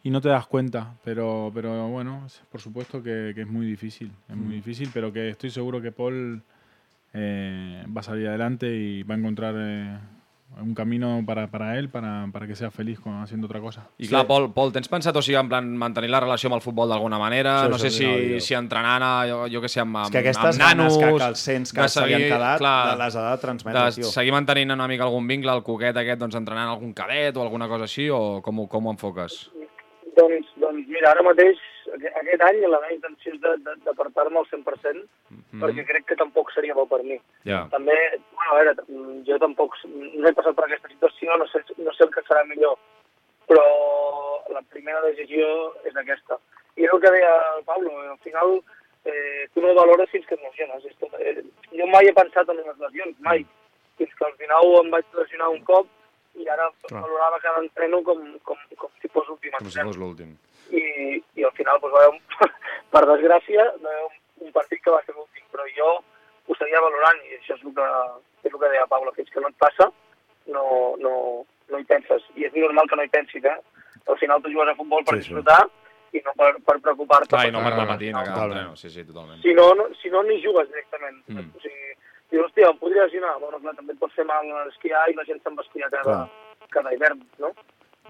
Speaker 10: Y no te das cuenta, pero, pero bueno, es- por supuesto que, que es muy difícil, es muy
Speaker 6: Mm.
Speaker 10: difícil, pero que estoy seguro que Paul eh, va a salir adelante y va a encontrar eh, un camino para, para él, para, para que sea feliz con, haciendo otra cosa.
Speaker 7: I clar, Pol, Pol, tens pensat, o sigui, en plan, mantenir la relació amb el futbol d'alguna manera?
Speaker 10: Això és
Speaker 7: no sé
Speaker 10: el
Speaker 7: si,
Speaker 10: que
Speaker 7: si entrenant, a, jo, jo que sé, amb, amb,
Speaker 6: És que aquestes
Speaker 7: amb nanos...
Speaker 6: ganes que, que els sents que
Speaker 7: de
Speaker 6: s'havien
Speaker 7: seguir-
Speaker 6: quedat,
Speaker 7: clar,
Speaker 6: de les ha de transmetre,
Speaker 7: de
Speaker 6: tio.
Speaker 7: seguir mantenint una mica algun vincle, el coquet aquest, doncs entrenant algun cadet o alguna cosa així, o com, ho- com ho enfoques?
Speaker 11: Doncs, doncs mira, ara mateix, aqu- aquest any, la meva intenció és de- de- d'apartar-me al 100%, perquè crec que tampoc seria bo per mi.
Speaker 7: Ja.
Speaker 11: També, bueno, a veure, mm, jo tampoc s- no he passat per aquesta situació, no sé, no sé el que serà millor, però la primera decisió és aquesta. I és el que deia el Pablo, al final eh, tu no valores fins que et lesiones. És tot, eh, jo mai he pensat en les lesions, mai.
Speaker 7: Mm.
Speaker 11: Fins que al final em vaig lesionar un cop i ara
Speaker 7: Clar.
Speaker 11: valorava cada entreno com, com, com si fos l'últim
Speaker 7: Com si fos l'últim.
Speaker 11: i, i al final doncs, va haver un, *laughs* per desgràcia va haver un, un partit que va ser l'últim però jo ho seguia valorant i això és el que, és el que deia Paula fins que no et passa no, no, no hi penses i és normal que no hi pensis eh? al final tu jugues a futbol per
Speaker 7: Sí,
Speaker 11: sí,
Speaker 7: sí.
Speaker 11: disfrutar i no per, per preocupar-te
Speaker 7: Clar, i no per
Speaker 11: Clar,
Speaker 7: repetir,
Speaker 6: Ah,
Speaker 7: no,
Speaker 11: clar.
Speaker 7: no, sí, sí, totalment.
Speaker 11: si no, no, si no ni jugues directament
Speaker 7: Mm.
Speaker 11: o sigui, dius, hòstia, em podria lesionar bueno, clar, també et pot fer mal esquiar i la gent se'n va esquiar cada,
Speaker 6: Clar.
Speaker 11: cada hivern no?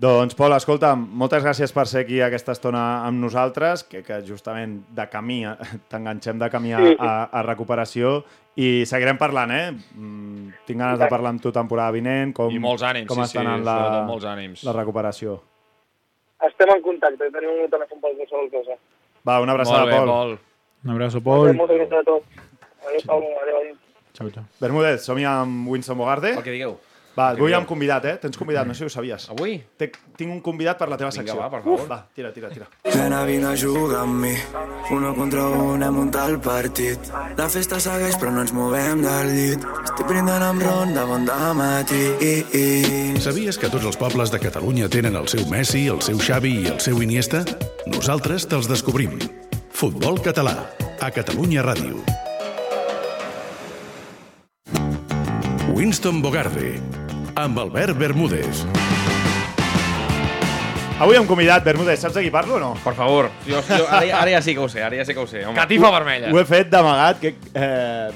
Speaker 6: Doncs, Pol, escolta, moltes gràcies per ser aquí aquesta estona amb nosaltres, que, que justament de camí, *laughs* eh, t'enganxem de camí a,
Speaker 11: Sí, sí.
Speaker 6: a, a recuperació i seguirem parlant, eh? Mm, Tinc ganes de parlar amb tu temporada vinent, com,
Speaker 7: I molts ànims,
Speaker 6: com
Speaker 7: sí,
Speaker 6: està
Speaker 7: sí,
Speaker 6: anant la,
Speaker 7: sobretot molts ànims.
Speaker 6: la recuperació.
Speaker 11: estem en contacte i tenim un telèfon per qualsevol cosa
Speaker 6: Va, una abraçada,
Speaker 10: Molt bé,
Speaker 6: Pol.
Speaker 7: Pol.
Speaker 10: Un abrazo, Paul.
Speaker 11: moltes gràcies a tots adéu Pablo, adéu, adéu.
Speaker 10: Chao, chao.
Speaker 6: Bermúdez, som amb Winston Bogarde.
Speaker 9: El que digueu.
Speaker 6: Va,
Speaker 9: El que
Speaker 6: avui
Speaker 9: digueu.
Speaker 6: amb convidat, eh? Tens convidat, no sé si ho sabies.
Speaker 9: Avui?
Speaker 6: Tinc un convidat per la teva
Speaker 9: Vinga,
Speaker 6: secció.
Speaker 9: va, per favor.
Speaker 6: Uf, va, tira, tira, tira.
Speaker 12: Nena, vine a jugar amb mi. Una contra una, a muntar el partit. La festa segueix, però no ens movem del llit. Estic brindant amb ron de bon dematí. I, i.
Speaker 5: Sabies que tots els pobles de Catalunya tenen el seu Messi, el seu Xavi i el seu Iniesta? Nosaltres te'ls descobrim. Futbol català, a Catalunya Ràdio. Winston Bogarde, amb Albert Bermúdez.
Speaker 6: Avui hem convidat, Bermúdez, saps de qui parlo o no?
Speaker 9: Per favor. Jo, jo ara, ja- ara ja sí que ho sé, ara ja sí que ho sé. Home.
Speaker 6: Ho- Ho he fet d'amagat, que... Eh,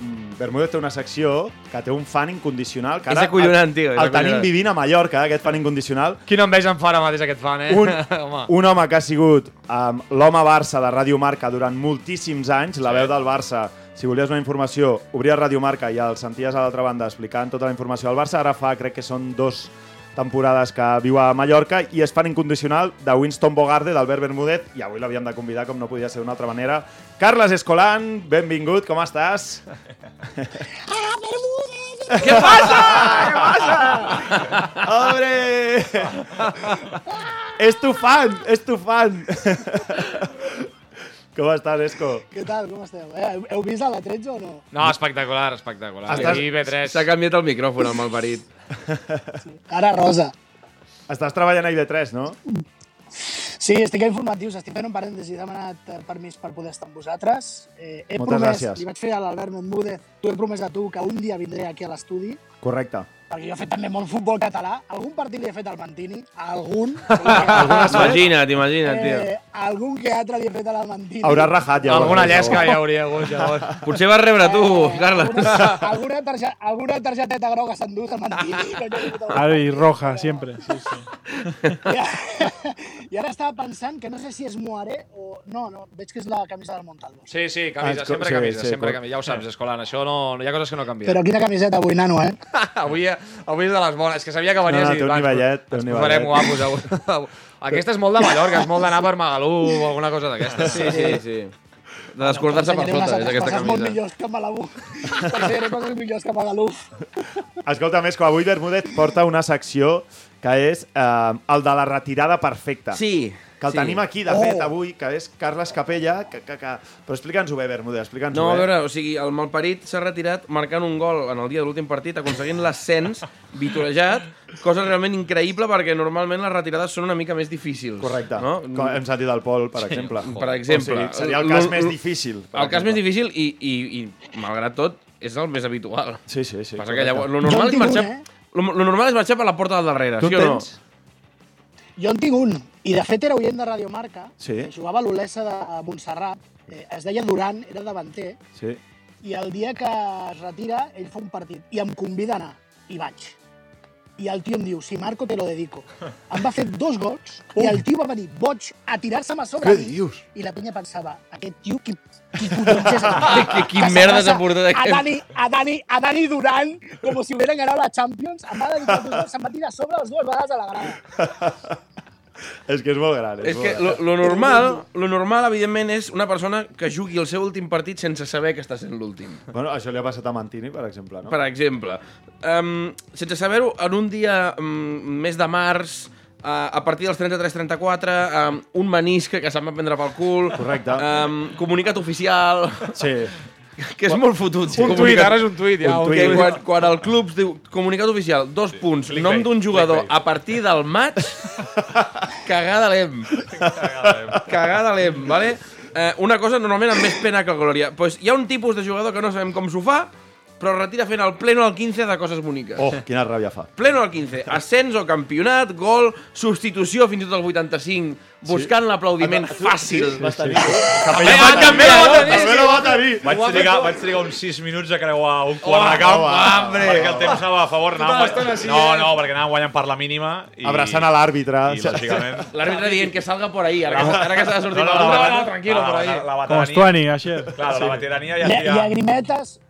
Speaker 6: mm, Bermúdez té una secció que té un fan incondicional. Que
Speaker 9: És
Speaker 6: ara
Speaker 9: acollonant,
Speaker 6: el-
Speaker 9: tio, és
Speaker 6: El tenim
Speaker 9: acollonant.
Speaker 6: vivint a Mallorca, aquest fan incondicional.
Speaker 7: Quina enveja em fa ara mateix aquest fan, eh?
Speaker 6: Un,
Speaker 7: *laughs* Home.
Speaker 6: un home que ha sigut um, l'home Barça de Ràdio Marca durant moltíssims anys, la veu del Barça. Si volies una informació, obries Ràdio Marca i el senties a l'altra banda explicant tota la informació del Barça. Ara fa, crec que són dos temporades que viu a Mallorca i és fan incondicional de Winston Bogarde, d'Albert Bermúdez, i avui l'havíem de convidar com no podia ser d'una altra manera. Carles Escolan, benvingut, com estàs?
Speaker 9: Què passa? Què
Speaker 6: passa? ¡Hombre! ¡Es tu fan! ¡Es tu fan! ¿Cómo estás, Esco?
Speaker 13: Què tal? Com esteu? Eh, heu- heu vist a la 13 o no?
Speaker 7: No, espectacular, espectacular.
Speaker 6: Estàs-
Speaker 7: I B3.
Speaker 9: S'ha canviat el micròfon amb el *laughs* marit.
Speaker 13: Cara rosa.
Speaker 6: Estàs treballant a IB3, no?
Speaker 13: Sí, estic *laughs* a informatius, estic fent un parèntesi, he demanat eh, permís per poder estar amb vosaltres. Eh, he
Speaker 6: Moltes
Speaker 13: promès,
Speaker 6: gràcies.
Speaker 13: li vaig fer a l'Albert Bermúdez, t'ho he promès a tu, que un dia vindré aquí a l'estudi,
Speaker 6: Correcte.
Speaker 13: perquè jo he fet també molt futbol català. Algun partit li he fet al Mantini, a
Speaker 6: *laughs*
Speaker 13: algun.
Speaker 9: Imagina't, imagina't, tio.
Speaker 13: Eh, a algun que altre li he fet al Mantini.
Speaker 9: Hauràs rajat, llavors. Alguna llesca hi hauria
Speaker 7: hagut, llavors.
Speaker 9: *laughs* Potser vas rebre tu,
Speaker 6: Eh,
Speaker 9: Carles.
Speaker 13: Alguna, targe- alguna targeteta groga s'ha endut al Mantini. no he tingut
Speaker 10: Ave y roja, siempre. Sí, sí.
Speaker 13: I ara estava pensant que no sé si és Moaré o... No, no, veig que és la camisa del Montalvo.
Speaker 7: Sí, sí, camisa,
Speaker 9: Ah,
Speaker 7: sempre
Speaker 9: sí,
Speaker 7: camisa,
Speaker 9: sí,
Speaker 7: sempre
Speaker 9: cor-
Speaker 7: camisa. Ja ho saps, Escolan, això no, no hi ha coses que no canvien.
Speaker 13: Però quina camiseta avui, nano, eh?
Speaker 7: avui, avui és de les bones, és que sabia que venies
Speaker 6: No, no,
Speaker 7: i
Speaker 6: té un
Speaker 7: va, ens-
Speaker 6: nivellet, té
Speaker 7: ens
Speaker 6: un
Speaker 7: posarem
Speaker 6: nivellet.
Speaker 7: guapos
Speaker 6: *laughs*
Speaker 7: avui. Aquesta és molt de Mallorca, és molt d'anar per Magalú o alguna cosa d'aquestes.
Speaker 9: *laughs* Sí, sí, sí. De descordar-se per
Speaker 13: Ensenyaré unes
Speaker 9: sota, és
Speaker 14: eh,
Speaker 13: altres
Speaker 9: aquesta
Speaker 13: coses molt
Speaker 9: camisa.
Speaker 13: millors que Malabú. *laughs* Ensenyaré coses millors que Magalú.
Speaker 6: Escolta, Esco, avui Bermúdez porta una secció que és eh, el de la retirada perfecta.
Speaker 9: Sí,
Speaker 6: Que el
Speaker 9: sí.
Speaker 6: tenim aquí, de
Speaker 9: Oh.
Speaker 6: fet, avui, que és Carles Capella. Que, que, que... Però explica'ns-ho bé, Bermúdez, explica'ns-ho
Speaker 9: No, a
Speaker 6: bé.
Speaker 9: veure, o sigui, el malparit s'ha retirat marcant un gol en el dia de l'últim partit, aconseguint l'ascens, vitorejat, cosa realment increïble perquè normalment les retirades són una mica més difícils.
Speaker 6: Correcte.
Speaker 9: No?
Speaker 6: Com hem sentit el Pol, per
Speaker 9: Sí,
Speaker 6: exemple.
Speaker 9: Per exemple.
Speaker 6: O sigui, seria el cas
Speaker 9: L-
Speaker 6: més
Speaker 9: l-
Speaker 6: difícil. per
Speaker 9: El cas
Speaker 6: exemple.
Speaker 9: més difícil i, i, i malgrat tot, és el més habitual.
Speaker 6: Sí, sí, sí.
Speaker 9: Passa que
Speaker 6: correcte.
Speaker 9: llavors, lo
Speaker 6: Jo en
Speaker 9: normal, és
Speaker 6: tinc
Speaker 9: marxar,
Speaker 6: un, eh?
Speaker 9: *laughs* lo, lo normal és marxar per la porta del darrere,
Speaker 6: Tu
Speaker 9: sí
Speaker 6: en
Speaker 9: o no?
Speaker 6: tens?
Speaker 13: Jo en tinc un, i de fet era oient de Radio Marca,
Speaker 6: Sí.
Speaker 13: que jugava a l'Olesa de Montserrat, eh, es deia Duran, era davanter,
Speaker 6: Sí.
Speaker 13: i el dia que es retira, ell fa un partit, i em convida a anar, i vaig. I el tio em diu, si Marco te lo dedico. Em va fer dos gols, i el tio va venir boig a tirar-se a sobre
Speaker 6: Què
Speaker 13: a mi,
Speaker 6: dius?
Speaker 13: i la penya pensava, aquest tio, qui, qui collons és aquest?
Speaker 9: Que- quin
Speaker 13: Que se
Speaker 9: merda s'ha
Speaker 13: passa
Speaker 9: portat aquest.
Speaker 6: Ah,
Speaker 13: A Dani, a Dani, a Dani Duran, com si hubieran ganat la Champions, em va dedicar dos gols, em va tirar a sobre les dues vegades a la grada.
Speaker 6: És que és molt gran. És,
Speaker 9: És que
Speaker 6: molt
Speaker 9: lo,
Speaker 6: gran.
Speaker 9: lo, normal, lo normal, evidentment, és una persona que jugui el seu últim partit sense saber que està sent l'últim.
Speaker 6: Bueno, això li ha passat a Mantini, per exemple, no?
Speaker 9: Per exemple, um, sense saber-ho, en un dia um, mes de març, uh, a partir dels 33-34, um, un menisc que se'n va prendre pel cul...
Speaker 6: Correcte.
Speaker 9: Um, comunicat oficial... *laughs*
Speaker 6: Sí.
Speaker 9: Que és molt fotut. sí,
Speaker 7: Un
Speaker 9: comunicat-
Speaker 7: tuit, ara és un tuit, ja.
Speaker 9: Un
Speaker 7: Un
Speaker 9: tuit.
Speaker 7: tuit.
Speaker 9: Quan, quan el club diu comunicat oficial, dos sí, punts, nom d'un jugador a partir del maig, cagada l'em. Cagada l'em, vale? Eh, una cosa normalment amb més pena que glòria. Pues hi ha un tipus de jugador que no sabem com s'ho fa, però es retira fent el pleno al 15 de coses boniques.
Speaker 6: Oh, quina ràbia fa.
Speaker 9: Pleno al 15. Ascens o campionat, gol, substitució fins i tot al 85, buscant l'aplaudiment fàcil.
Speaker 6: Sí, vas tenir.
Speaker 9: Capella va tenir,
Speaker 6: Eh, També la va tenir.
Speaker 8: Vaig
Speaker 6: Ho ha fet
Speaker 8: trigar,
Speaker 6: tot.
Speaker 8: vaig trigar uns 6 minuts a creuar un quart de
Speaker 6: Oh,
Speaker 8: camp,
Speaker 6: va,
Speaker 8: perquè el temps anava a favor.
Speaker 7: Tota
Speaker 8: Anava,
Speaker 7: l'estona així,
Speaker 8: no,
Speaker 7: eh?
Speaker 8: no, perquè anàvem guanyant per la mínima. I,
Speaker 6: Abraçant a l'àrbitre.
Speaker 8: I,
Speaker 6: *laughs*
Speaker 8: lògicament...
Speaker 9: L'àrbitre dient que salga por ahí, ara, que- ara que s'ha de sortir.
Speaker 8: No, no,
Speaker 9: pel-
Speaker 8: no,
Speaker 9: No,
Speaker 8: no,
Speaker 9: no, tranquilo,
Speaker 8: no,
Speaker 9: por
Speaker 8: la-
Speaker 9: ahí.
Speaker 8: la
Speaker 10: Com
Speaker 8: veterania-
Speaker 10: Estuani, ayer.
Speaker 8: Claro, la veterania ja...
Speaker 13: Lle-
Speaker 8: ja-
Speaker 13: Llagrimetes,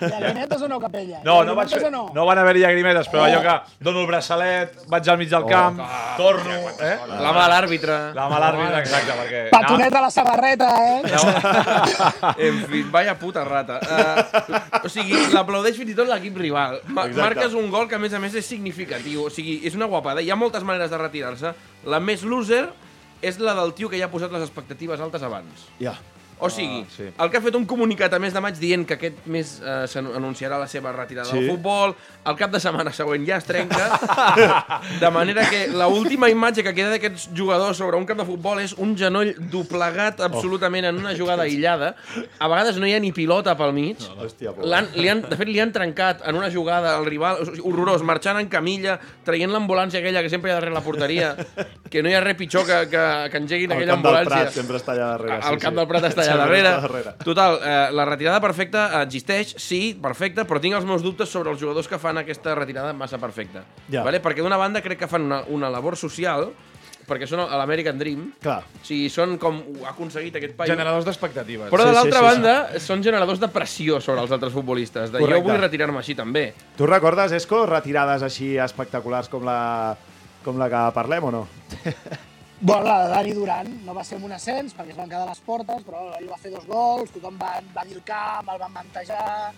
Speaker 13: llagrimetes o no, Capella?
Speaker 8: No, no, vaig,
Speaker 13: Llagrimetes o Oh.
Speaker 8: no? no van haver-hi llagrimetes, però allò que dono el braçalet, vaig al mig del camp, torno... Eh?
Speaker 9: La mà a l'àrbitre.
Speaker 8: La mà a l'àrbitre, exacte, perquè...
Speaker 13: Petonet a la sabarreta,
Speaker 8: *laughs*
Speaker 13: eh?
Speaker 9: En fi, vaya puta rata. Uh, o sigui, l'aplaudeix fins i tot l'equip rival. Ma
Speaker 6: Exacte.
Speaker 9: marques un gol que, a més a més, és significatiu. O sigui, és una guapada. Hi ha moltes maneres de retirar-se. La més loser és la del tio que ja ha posat les expectatives altes abans.
Speaker 6: Ja.
Speaker 9: O sigui,
Speaker 8: Ah, sí.
Speaker 9: el que ha fet un comunicat a mes de maig dient que aquest mes eh, s'anunciarà la seva retirada
Speaker 6: Sí.
Speaker 9: del futbol, el cap de setmana següent ja es trenca,
Speaker 6: *laughs*
Speaker 9: de manera que la última imatge que queda d'aquests jugadors sobre un camp de futbol és un genoll doblegat absolutament en una
Speaker 6: Oh.
Speaker 9: jugada aïllada. A vegades no hi ha ni pilota pel mig.
Speaker 6: Hòstia, pobre.
Speaker 9: L'han, li han, de fet, li han trencat en una jugada al rival, o sigui, horrorós, marxant en camilla, traient l'ambulància aquella que sempre hi ha darrere la porteria, que no hi ha res pitjor que, que, que engeguin
Speaker 6: El
Speaker 9: aquella
Speaker 6: camp del
Speaker 9: ambulància.
Speaker 6: Prat sempre està allà darrere.
Speaker 9: El Camp del Prat està allà
Speaker 6: Sempre
Speaker 9: darrere.
Speaker 6: està darrere.
Speaker 9: Total, eh, la retirada perfecta existeix, sí, perfecta, però tinc els meus dubtes sobre els jugadors que fan aquesta retirada massa perfecta.
Speaker 6: Ja.
Speaker 9: Vale? Perquè d'una banda crec que fan una, una labor social, perquè són a l'American Dream,
Speaker 6: Clar.
Speaker 9: o sigui, són com ho ha aconseguit aquest paio.
Speaker 7: Generadors d'expectatives.
Speaker 9: Però
Speaker 6: Sí,
Speaker 9: de
Speaker 6: sí,
Speaker 9: l'altra
Speaker 6: sí, sí.
Speaker 9: banda, són generadors de pressió sobre els altres futbolistes. De, jo
Speaker 6: Correcte.
Speaker 9: vull retirar-me així també.
Speaker 6: Tu recordes, Esco, retirades així espectaculars com la, com la que parlem o no?
Speaker 13: Bueno, la de Dani Duran no va ser amb un ascens perquè es van quedar a les portes, però ell va fer dos gols, tothom va, va dir el camp, el van mantejar,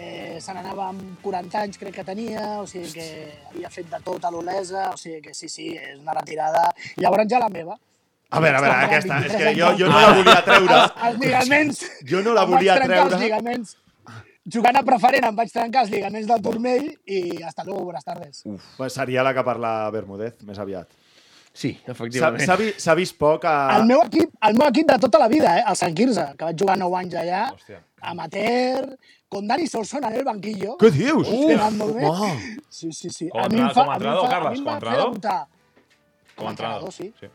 Speaker 13: eh, se n'anava amb 40 anys, crec que tenia, o sigui que havia fet de tot a l'Olesa, o sigui que sí, sí, és una retirada. Llavors ja la meva.
Speaker 6: A veure, a veure,
Speaker 13: Estava
Speaker 6: aquesta, és
Speaker 13: 23
Speaker 6: que jo,
Speaker 13: anys.
Speaker 6: jo no la volia treure.
Speaker 13: Els, els lligaments...
Speaker 6: Jo no la
Speaker 13: em vaig
Speaker 6: volia
Speaker 13: trencar
Speaker 6: treure.
Speaker 13: Els lligaments. Jugant a preferent em vaig trencar els lligaments del turmell i hasta luego, buenas tardes.
Speaker 6: Pues seria la que parla Bermúdez, més aviat.
Speaker 9: Sí,
Speaker 6: S'ha- S'ha vi- s'ha vist poc a...
Speaker 8: Ah.
Speaker 13: El meu equip, el meu equip de tota la vida, eh? el Sant Quirze, que vaig jugar 9 anys allà, amateur, con Dani Solsona en el banquillo.
Speaker 6: Què dius?
Speaker 13: jugant molt bé.
Speaker 6: Uau.
Speaker 13: Sí, sí, sí.
Speaker 8: Com a
Speaker 13: A mi em
Speaker 8: entrenador,
Speaker 13: fa,
Speaker 8: com a
Speaker 13: a
Speaker 8: entrenador,
Speaker 13: mi em fa, a
Speaker 8: Carles,
Speaker 13: mi em
Speaker 8: com a
Speaker 13: va fer
Speaker 8: entrenador?
Speaker 13: debutar.
Speaker 8: Com a entrenador.
Speaker 13: sí.
Speaker 8: Sí.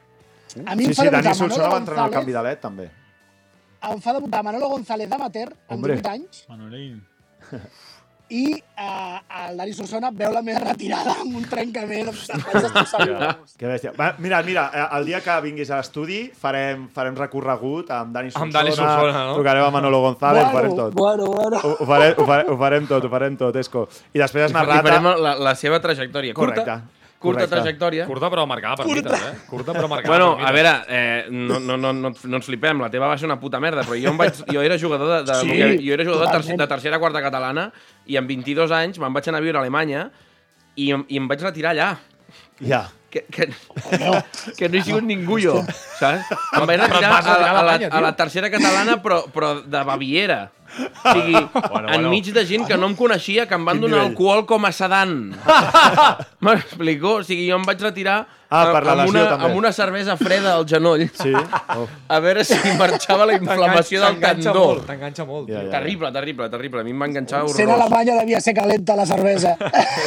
Speaker 13: A mi
Speaker 6: Sí,
Speaker 13: em fa
Speaker 6: sí,
Speaker 13: debutar
Speaker 6: Dani
Speaker 13: Manolo
Speaker 6: Solsona va entrenar al
Speaker 13: González,
Speaker 6: Camp Vidalet, també.
Speaker 13: em fa debutar Manolo González d'amater, amb
Speaker 6: Hombre.
Speaker 13: 18 anys,
Speaker 10: Manolín.
Speaker 13: i eh, el Dani Solsona veu la meva retirada amb un trencament. Em vaig destrossar el meu.
Speaker 6: Que bèstia. Va, mira, mira, eh, el dia que vinguis a l'estudi farem, farem recorregut amb Dani Solsona.
Speaker 7: Amb Dani Solsona, no?
Speaker 6: Trucarem a Manolo González, ho farem tot.
Speaker 13: bueno, bueno.
Speaker 6: Ho, ho, farem, ho, farem, ho farem tot, ho farem tot, Esco. I després és
Speaker 9: *laughs*
Speaker 6: una
Speaker 9: I farem
Speaker 6: rata...
Speaker 9: la, la seva trajectòria.
Speaker 6: Correcte,
Speaker 9: Curta, curta
Speaker 6: correcte.
Speaker 9: trajectòria.
Speaker 7: Curta però marcada per mites, eh? Curta però marcada
Speaker 9: Bueno,
Speaker 7: per
Speaker 9: a
Speaker 7: mites.
Speaker 9: veure, eh, no, no, no, no, no ens flipem, la teva va ser una puta merda, però jo, em vaig, jo era jugador de, de,
Speaker 13: Sí,
Speaker 9: jo era jugador de, terc
Speaker 13: totalment.
Speaker 9: de tercera quarta catalana i amb 22 anys me'n vaig anar a viure a Alemanya i, em- i em vaig retirar allà.
Speaker 6: Ja.
Speaker 9: Que, que, que no he sigut ningú jo, saps? Em vaig
Speaker 7: Però et
Speaker 9: retirar
Speaker 7: vas
Speaker 9: a, la-
Speaker 7: retirar a
Speaker 9: a, la,
Speaker 7: Alemanya,
Speaker 9: a la
Speaker 7: tio.
Speaker 9: tercera catalana, però, però de Baviera. O sigui, bueno,
Speaker 8: Bueno,
Speaker 9: bueno.
Speaker 8: bueno.
Speaker 9: enmig de gent que no em coneixia, que em van
Speaker 8: Quin
Speaker 9: donar
Speaker 8: nivell.
Speaker 9: alcohol com a sedant. M'explico? O sigui, jo em vaig retirar
Speaker 6: Ah,
Speaker 9: eh,
Speaker 6: per la
Speaker 9: amb,
Speaker 6: lesió,
Speaker 9: una,
Speaker 6: també.
Speaker 9: amb una cervesa freda al genoll.
Speaker 6: Sí? Oh,
Speaker 9: A veure si marxava la inflamació del
Speaker 14: T'enganxa
Speaker 9: tendó.
Speaker 14: molt, T'enganxa molt.
Speaker 9: Ja, ja, ja. Terrible, terrible, terrible. A mi em va enganxar
Speaker 13: Sent
Speaker 9: horrorós.
Speaker 13: Alemanya devia ser calenta la cervesa.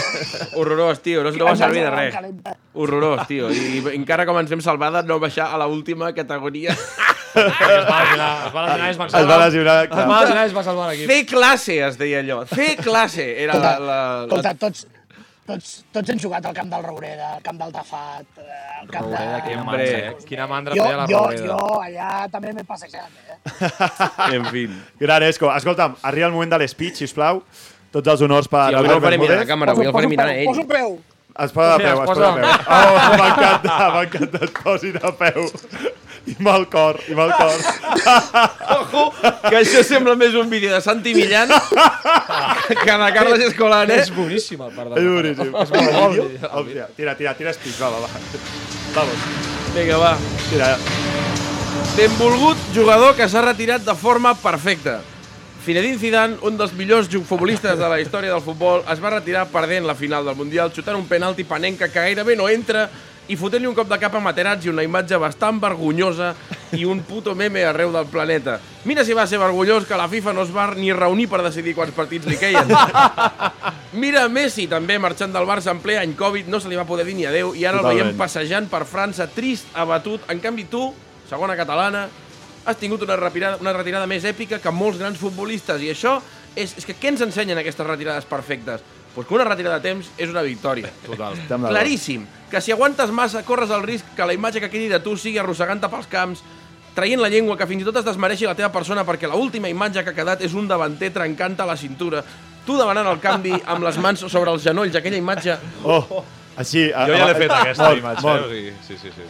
Speaker 6: *laughs*
Speaker 9: Horrorós, tio. No, no va servir de res.
Speaker 13: Calenta.
Speaker 9: Horrorós, tio. I encara com ens hem salvat de no baixar a l'última categoria.
Speaker 14: Es va lesionar i es va
Speaker 9: Es
Speaker 14: salvar.
Speaker 9: va lesionar,
Speaker 14: Es va
Speaker 9: clar.
Speaker 14: lesionar i es va salvar l'equip.
Speaker 9: Fer classe, es deia allò. Fer classe era la... la,
Speaker 13: Escolta,
Speaker 9: la...
Speaker 13: tots, tots, tots hem jugat al camp del Roureda, al camp del Tafat, eh, al camp de...
Speaker 14: Roureda, quina
Speaker 9: Hombre.
Speaker 14: mandra, eh? Quina mandra
Speaker 13: Jo,
Speaker 14: feia la
Speaker 13: jo,
Speaker 14: Roureda.
Speaker 13: jo,
Speaker 9: eh.
Speaker 13: allà també m'he passejat. Eh?
Speaker 9: en fi.
Speaker 6: Gran Esco. Escolta'm, arriba el moment de l'espeech, sisplau. Tots els honors per
Speaker 9: Sí, avui el faré mirar a la càmera, avui el faré mirar a ell.
Speaker 13: Poso un peu.
Speaker 6: Es posa de
Speaker 13: Mira,
Speaker 6: peu,
Speaker 13: es
Speaker 6: es posa de
Speaker 13: posa-
Speaker 6: peu. Oh, m'encanta, m'encanta, es posi de peu. I amb el cor, i amb el cor.
Speaker 9: Ojo, que això sembla més un vídeo de Santi
Speaker 13: *laughs*
Speaker 9: Millán que de Carles Escolar, eh?
Speaker 14: És boníssim el part de
Speaker 6: És boníssim.
Speaker 14: És molt
Speaker 6: Hòstia,
Speaker 14: bon vídeo.
Speaker 6: Hòstia, tira, tira, tira estic, va, va, va. Vamos.
Speaker 9: Vinga, va.
Speaker 6: Tira.
Speaker 9: Benvolgut jugador que s'ha retirat de forma perfecta. Zinedine Zidane, un dels millors ju- futbolistes de la història del futbol, es va retirar perdent la final del Mundial, xutant un penalti panenca que gairebé no entra i fotent-li un cop de cap a Materazzi, una imatge bastant vergonyosa i un puto meme arreu del planeta. Mira si va ser vergonyós que la FIFA no es va ni reunir per decidir quants partits li queien. Mira Messi, també marxant del Barça en ple any Covid, no se li va poder dir ni adeu i ara el veiem
Speaker 14: Totalment.
Speaker 9: passejant per França, trist, abatut. En canvi, tu, segona catalana, has tingut una retirada, una retirada més èpica que molts grans futbolistes i això és, és que què ens ensenyen aquestes retirades perfectes? Pues que una retirada a temps és una victòria. Total.
Speaker 14: d'acord.
Speaker 9: Claríssim, que si aguantes massa corres el risc que la imatge que quedi de tu sigui arrossegant-te pels camps, traient la llengua que fins i tot es desmereixi la teva persona perquè la última imatge que ha quedat és un davanter trencant-te la cintura, tu demanant el canvi amb les mans sobre els genolls, aquella imatge.
Speaker 6: Oh, així... a-
Speaker 8: Jo ja l'he
Speaker 6: a-
Speaker 8: fet, aquesta
Speaker 6: molt,
Speaker 8: imatge.
Speaker 6: molt.
Speaker 8: Eh? O sigui, sí, sí, sí.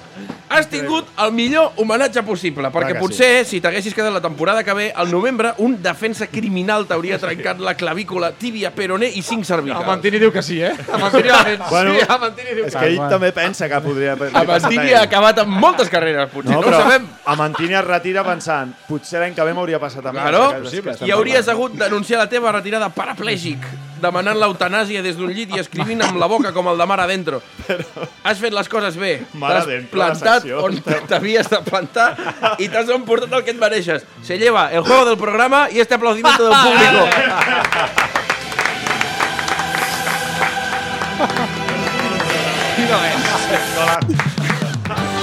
Speaker 9: Has tingut el millor homenatge possible, perquè
Speaker 8: que sí.
Speaker 9: potser, si t'haguessis quedat la temporada que ve, al novembre, un defensa criminal t'hauria trencat la clavícula, tíbia, peroné i cinc cervicals.
Speaker 14: Amantini diu que sí, eh? Amantini va fent...
Speaker 9: Bueno,
Speaker 14: sí, Amantini diu
Speaker 6: És que ell
Speaker 14: sí.
Speaker 6: també pensa que podria... li ha passat a
Speaker 9: Amantini
Speaker 6: ell.
Speaker 9: ha acabat amb moltes carreres, potser, no, no
Speaker 6: però
Speaker 9: ho sabem.
Speaker 6: Amantini es retira pensant, potser l'any que ve m'hauria passat a mi.
Speaker 9: Claro,
Speaker 6: És que estem
Speaker 9: i hauries hagut d'anunciar la teva retirada paraplègic, demanant l'eutanàsia des d'un llit i escrivint amb la boca com el de Mar Adentro. Has fet les coses bé,
Speaker 6: Mar
Speaker 9: t'has
Speaker 6: Adentro, la
Speaker 9: plantat
Speaker 6: secció.
Speaker 9: on t'havies de plantar i t'has emportat el que et mereixes. Se lleva el juego del programa i este aplaudimiento del
Speaker 6: *laughs*
Speaker 9: público.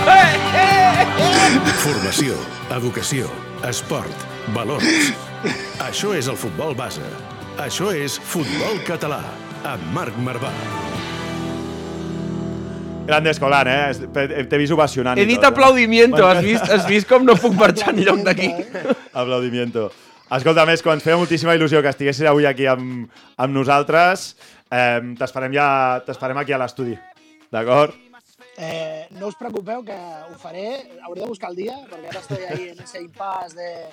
Speaker 14: No és.
Speaker 5: Formació, educació, esport, valors. Això és el futbol base. Això és Futbol Català, amb Marc Marvà.
Speaker 6: Grande Escolan, eh? Es- pe- T'he vist ovacionant. eh?
Speaker 9: He dit aplaudimiento, has vist, has vist com no puc marxar enlloc d'aquí.
Speaker 6: Aplaudimiento. Escolta, més, quan ens feia moltíssima il·lusió que estiguessis avui aquí amb, amb nosaltres, eh, t'esperem ja t'esperem aquí a l'estudi, d'acord?
Speaker 13: Eh, no us preocupeu que ho faré, hauré de buscar el día, porque ahora estoy ahí en ese impasse de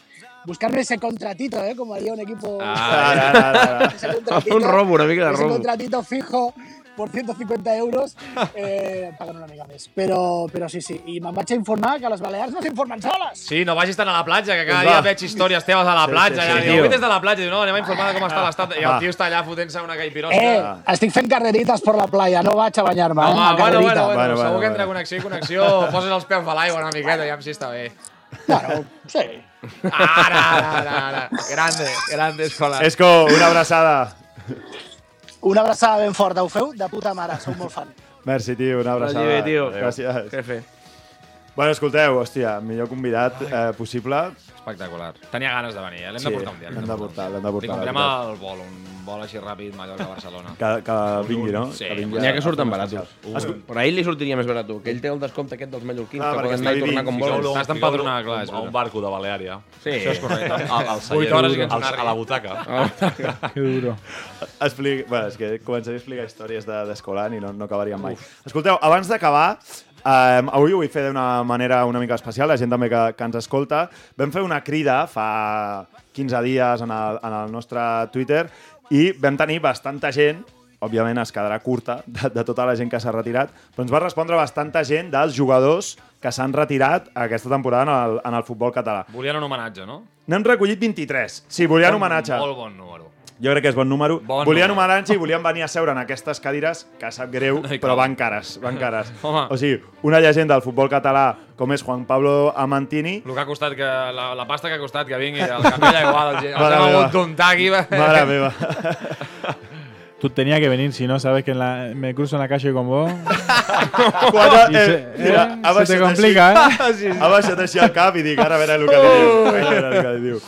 Speaker 13: buscarme ese contratito, ¿eh? Como haría un equipo...
Speaker 6: eh.
Speaker 9: Ah, no, no, no, no.
Speaker 6: *laughs*
Speaker 13: Ese
Speaker 9: *laughs*
Speaker 13: contratito-
Speaker 9: Un robo, una mica de
Speaker 13: ese
Speaker 9: robo.
Speaker 13: contratito fijo por 150 euros, eh, pagant una mica més. Però, però sí, sí, i me'n vaig a informar que les Balears no s'informen soles.
Speaker 14: Sí, no vagis tant a la platja, que cada
Speaker 13: Doncs va.
Speaker 14: dia veig històries teves a la
Speaker 13: Sí,
Speaker 14: platja. Sí,
Speaker 13: sí,
Speaker 14: sí,
Speaker 13: sí,
Speaker 14: sí,
Speaker 13: tio.
Speaker 14: Avui des de la platja, diu, no, anem a informar de com
Speaker 6: Ah.
Speaker 14: està l'estat. I el
Speaker 13: Va.
Speaker 14: tio està allà fotent-se una caipirosca.
Speaker 13: Eh, estic fent carreritas per la playa, no vaig a banyar-me, eh?
Speaker 14: Home,
Speaker 13: a
Speaker 14: bueno, bueno,
Speaker 13: carrerita.
Speaker 14: bueno, bueno, segur que entre connexió i connexió poses els peus a l'aigua una miqueta, ja em si està bé.
Speaker 13: Sí.
Speaker 14: Ara, ara, ara, ara. Grande, grande escola.
Speaker 6: Esco, una abraçada.
Speaker 13: Una abraçada ben forta, ho feu de puta mare, sou molt fan.
Speaker 6: Merci, tio, una
Speaker 9: Vagi
Speaker 6: abraçada.
Speaker 9: bé, tio.
Speaker 6: eh? Gràcies.
Speaker 9: Jefe.
Speaker 6: Bueno, escolteu, hòstia, millor convidat eh, possible.
Speaker 14: Espectacular. Tenia ganes de venir, eh? L'hem
Speaker 6: Sí,
Speaker 14: de portar un dia.
Speaker 6: l'hem de portar, l'hem de
Speaker 14: Li
Speaker 6: portar. la
Speaker 14: comprem
Speaker 6: veritat.
Speaker 14: el vol, un vol així ràpid, Mallorca-Barcelona.
Speaker 6: Que, que vingui, no?
Speaker 14: Sí,
Speaker 6: que vingui
Speaker 9: N'hi ha
Speaker 6: a-
Speaker 9: que surten
Speaker 6: a-
Speaker 9: baratos.
Speaker 6: Ah, escol-
Speaker 9: Però a ell li sortiria més barat, que ell té el descompte aquest dels mallorquins,
Speaker 6: Ah,
Speaker 9: que
Speaker 6: perquè
Speaker 9: poden
Speaker 6: està
Speaker 9: anar i tornar
Speaker 6: vivint.
Speaker 9: com
Speaker 8: Fiqueu-lo-
Speaker 9: vols.
Speaker 8: T'has d'empadronar, fiqueu-lo clar, és a un veritat. barco de Baleària.
Speaker 9: Sí.
Speaker 8: Això és correcte.
Speaker 9: *laughs*
Speaker 8: Al- al celler. Al- a la butaca. A la butaca.
Speaker 10: Que duro.
Speaker 6: Explic... Bueno, és que començaré a explicar històries de- d'Escolan i no, no acabaríem mai. Escolteu, abans d'acabar, eh, avui ho vull fer d'una manera una mica especial, la gent també que, que ens escolta. Vam fer una crida fa 15 dies en el, en el nostre Twitter i vam tenir bastanta gent òbviament es quedarà curta de, de tota la gent que s'ha retirat, però ens va respondre bastanta gent dels jugadors que s'han retirat aquesta temporada en el, en el futbol català.
Speaker 7: Volien un homenatge, no?
Speaker 6: N'hem recollit 23. Sí, volien
Speaker 7: Bon-
Speaker 6: homenatge.
Speaker 7: Molt bon número.
Speaker 6: Jo crec que és bon número.
Speaker 7: Bon
Speaker 6: volien
Speaker 7: número.
Speaker 6: homenatge i volien venir a seure en aquestes cadires, que sap greu,
Speaker 7: Ai,
Speaker 6: però
Speaker 7: com.
Speaker 6: van cares, van cares.
Speaker 7: *laughs* Home.
Speaker 6: O sigui, una llegenda del futbol català com és Juan Pablo Amantini,
Speaker 7: El que ha costat, que, la, la pasta que ha costat que vingui el capella igual, el, el
Speaker 6: Mare
Speaker 7: hem
Speaker 6: meva.
Speaker 7: hagut d'untar aquí. va.
Speaker 6: Mare
Speaker 7: *laughs*
Speaker 6: meva.
Speaker 10: Tú tenías que venir, si no sabes que en la- me cruzo en la calle con vos.
Speaker 6: Quan,
Speaker 10: Y
Speaker 6: eh,
Speaker 10: se-
Speaker 6: mira,
Speaker 10: eh,
Speaker 6: ha
Speaker 10: se te
Speaker 6: baixat
Speaker 10: complica,
Speaker 6: així,
Speaker 10: eh?
Speaker 6: Ha baixat així el cap i dic, ara veré el que li diu. Ara veré el que li diu.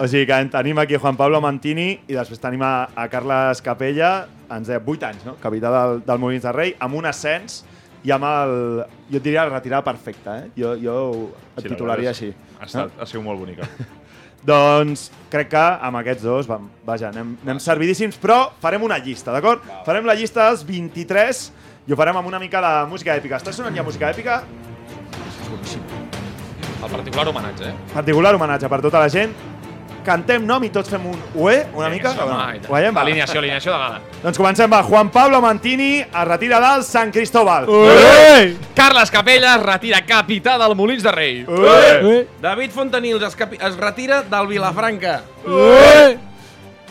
Speaker 6: O sigui que en tenim aquí Juan Pablo Mantini i després tenim a, a Carles Capella, ens deia 8 anys, no? capità del, del Molins de Rei, amb un ascens i amb el, jo et diria, la retirada perfecta. Eh? Jo, jo ho- et
Speaker 8: Sí, la
Speaker 6: titularia
Speaker 8: veritat
Speaker 6: així.
Speaker 8: és- Ha, estat, ha sigut molt bonica.
Speaker 6: Doncs crec que amb aquests dos, vam, vaja, anem, anem servidíssims, però farem una llista, d'acord? Farem la llista dels 23 i ho farem amb una mica de música èpica. Està sonant ja música èpica?
Speaker 7: El particular homenatge, eh?
Speaker 6: Particular homenatge per tota la gent. Cantem nom i tots fem un UE, una mica. o no? Ho veiem? Va.
Speaker 7: Alineació, alineació de gala.
Speaker 6: Doncs comencem, va. Juan Pablo Mantini es retira del Sant Cristóbal.
Speaker 7: Carles Capella es retira capità del Molins de Rei.
Speaker 10: ¿Eh?
Speaker 9: David Fontanils es, capi- es retira del Vilafranca.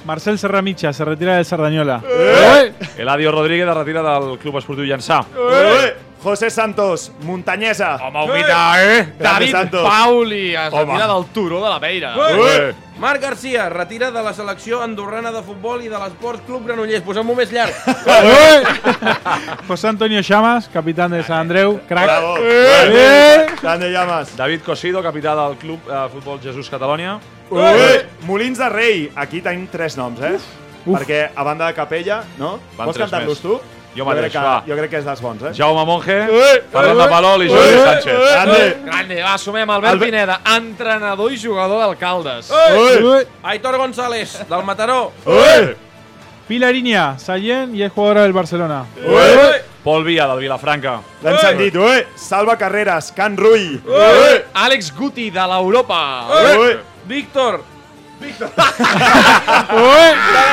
Speaker 10: Marcel Serramicha se retira del Sardañola.
Speaker 8: Eladio Rodríguez es retira del Club Esportiu Llançà.
Speaker 6: UE! José Santos, muntanyesa.
Speaker 7: Home, humita, eh? David Pauli es
Speaker 6: Home.
Speaker 7: retira del Turó de la
Speaker 6: Ah.
Speaker 7: Peira.
Speaker 9: Ué! Marc Garcia retira de la selecció andorrana de futbol i de l'Esports Club Granollers. Posem-ho més
Speaker 6: *laughs*
Speaker 9: llarg.
Speaker 10: José Antonio Llamas, capitán de San Andreu, crack.
Speaker 8: Bravo.
Speaker 10: Eh.
Speaker 6: Grande Llamas.
Speaker 8: David Cosido, capità del Club eh, Futbol Jesús Catalunya.
Speaker 6: UE! Molins de Rei. Aquí tenim tres noms, eh? Perquè a banda de Capella, no?
Speaker 8: Van
Speaker 6: Vols
Speaker 8: tres
Speaker 6: cantar-los
Speaker 8: més.
Speaker 6: tu?
Speaker 8: Jo mateix,
Speaker 6: crec que,
Speaker 8: va.
Speaker 6: Jo crec que és dels bons, eh?
Speaker 8: Jaume Monge, Ferran de Palol i Jordi Sánchez.
Speaker 6: Grande.
Speaker 7: Grande, va, sumem Albert
Speaker 9: Albert-
Speaker 7: Pineda, entrenador i jugador d'Alcaldes.
Speaker 9: Aitor González, del Mataró.
Speaker 10: Pilariña, Sallén y es jugadora del Barcelona.
Speaker 8: Pol Via, del Vilafranca.
Speaker 6: L'han sentit, ue! Salva Carreras, Can Rull.
Speaker 7: Àlex Guti, de l'Europa.
Speaker 6: Ui!
Speaker 9: Víctor. *laughs*
Speaker 7: De la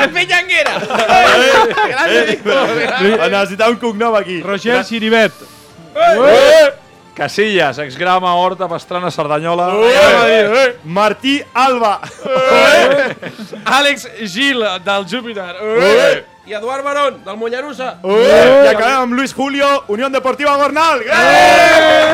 Speaker 7: Pellanguera. Grande,
Speaker 6: Necessitava Eh, un cognom aquí.
Speaker 10: Roger Siribet.
Speaker 8: Casillas, exgrama, Horta, Pastrana, Cerdanyola.
Speaker 6: Martí Alba.
Speaker 7: Àlex Gil, del Júpiter.
Speaker 9: I Eduard Barón, del Mollerussa.
Speaker 6: Ui! I acabem amb Luis Julio, Unió Deportiva Gornal. Eh!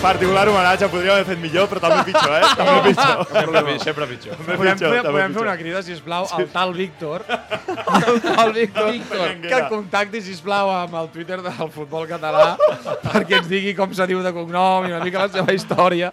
Speaker 6: Particular homenatge, podríem haver fet millor, però també pitjor,
Speaker 8: *laughs*
Speaker 6: eh? També pitjor.
Speaker 8: Sempre pitjor, sempre pitjor.
Speaker 6: Podem, pitjor, també
Speaker 7: Podem fer
Speaker 6: pitjor.
Speaker 7: una crida, sisplau, al tal Víctor. *laughs* Al tal Víctor. Que el contacti, sisplau, amb el Twitter del futbol català perquè ens digui com se diu de cognom i una mica la seva història,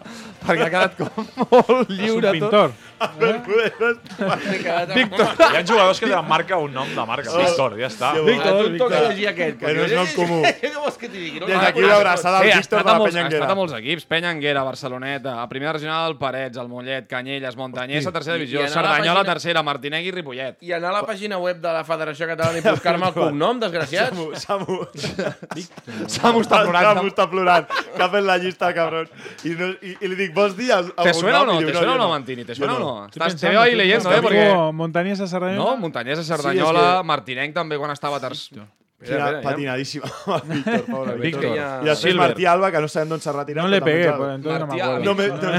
Speaker 7: perquè ha quedat com molt lliure
Speaker 10: un pintor.
Speaker 7: tot.
Speaker 9: *laughs*
Speaker 8: Víctor. Hi ha jugadors que tenen marca un nom de marca. Víctor, ja està.
Speaker 9: A tu et toca llegir aquest.
Speaker 6: Que no és nom comú.
Speaker 9: *laughs* Què vols que t'hi digui? No?
Speaker 6: Des d'aquí una abraçada al
Speaker 7: ha
Speaker 6: Víctor
Speaker 7: estat
Speaker 6: de
Speaker 7: a
Speaker 6: la
Speaker 7: molts-
Speaker 6: Penyanguera.
Speaker 7: Ha estat a molts equips. Penyanguera, Barceloneta, a primera regional, Parets, el Mollet, Canyelles, Montanyers, a tercera
Speaker 9: I- i
Speaker 7: divisió,
Speaker 9: anar a la
Speaker 7: Cerdanyola,
Speaker 9: pàgina-
Speaker 7: tercera, Martinegui, Ripollet.
Speaker 9: I anar a la pàgina web de la Federació Catalana i buscar-me el cognom, desgraciats.
Speaker 6: Samu, Samu.
Speaker 7: Samu està plorant.
Speaker 6: Samu està plorant. Que ha fet la llista, cabrón. I, no, i, i li dic, vols dir el,
Speaker 7: ¿Te
Speaker 6: algun
Speaker 7: suena o
Speaker 6: nom?
Speaker 7: no?
Speaker 6: I diu,
Speaker 7: ¿Te suena o
Speaker 6: jo
Speaker 7: no, Mantini? ¿Te
Speaker 6: Jo
Speaker 7: suena o
Speaker 6: no.
Speaker 7: no? Estás, te veo ahí leyendo, ¿eh? Porque...
Speaker 10: Montañesa Sardañola.
Speaker 7: No, Montañés de
Speaker 6: Sí,
Speaker 7: Cerdanyola,
Speaker 6: és que-
Speaker 7: Martinenc també quan estava tercer.
Speaker 6: Quina patinadíssima. *laughs* Víctor,
Speaker 7: *laughs*
Speaker 6: pobre Víctor. I
Speaker 7: Víctor.
Speaker 6: després
Speaker 7: Silver.
Speaker 6: Martí Alba, que no sabem d'on s'ha retirat.
Speaker 10: No le
Speaker 6: però també
Speaker 10: pegué,
Speaker 6: ens ha-
Speaker 10: pues, entonces ¿eh? no me
Speaker 7: Martí
Speaker 10: acuerdo.
Speaker 6: No, me, no,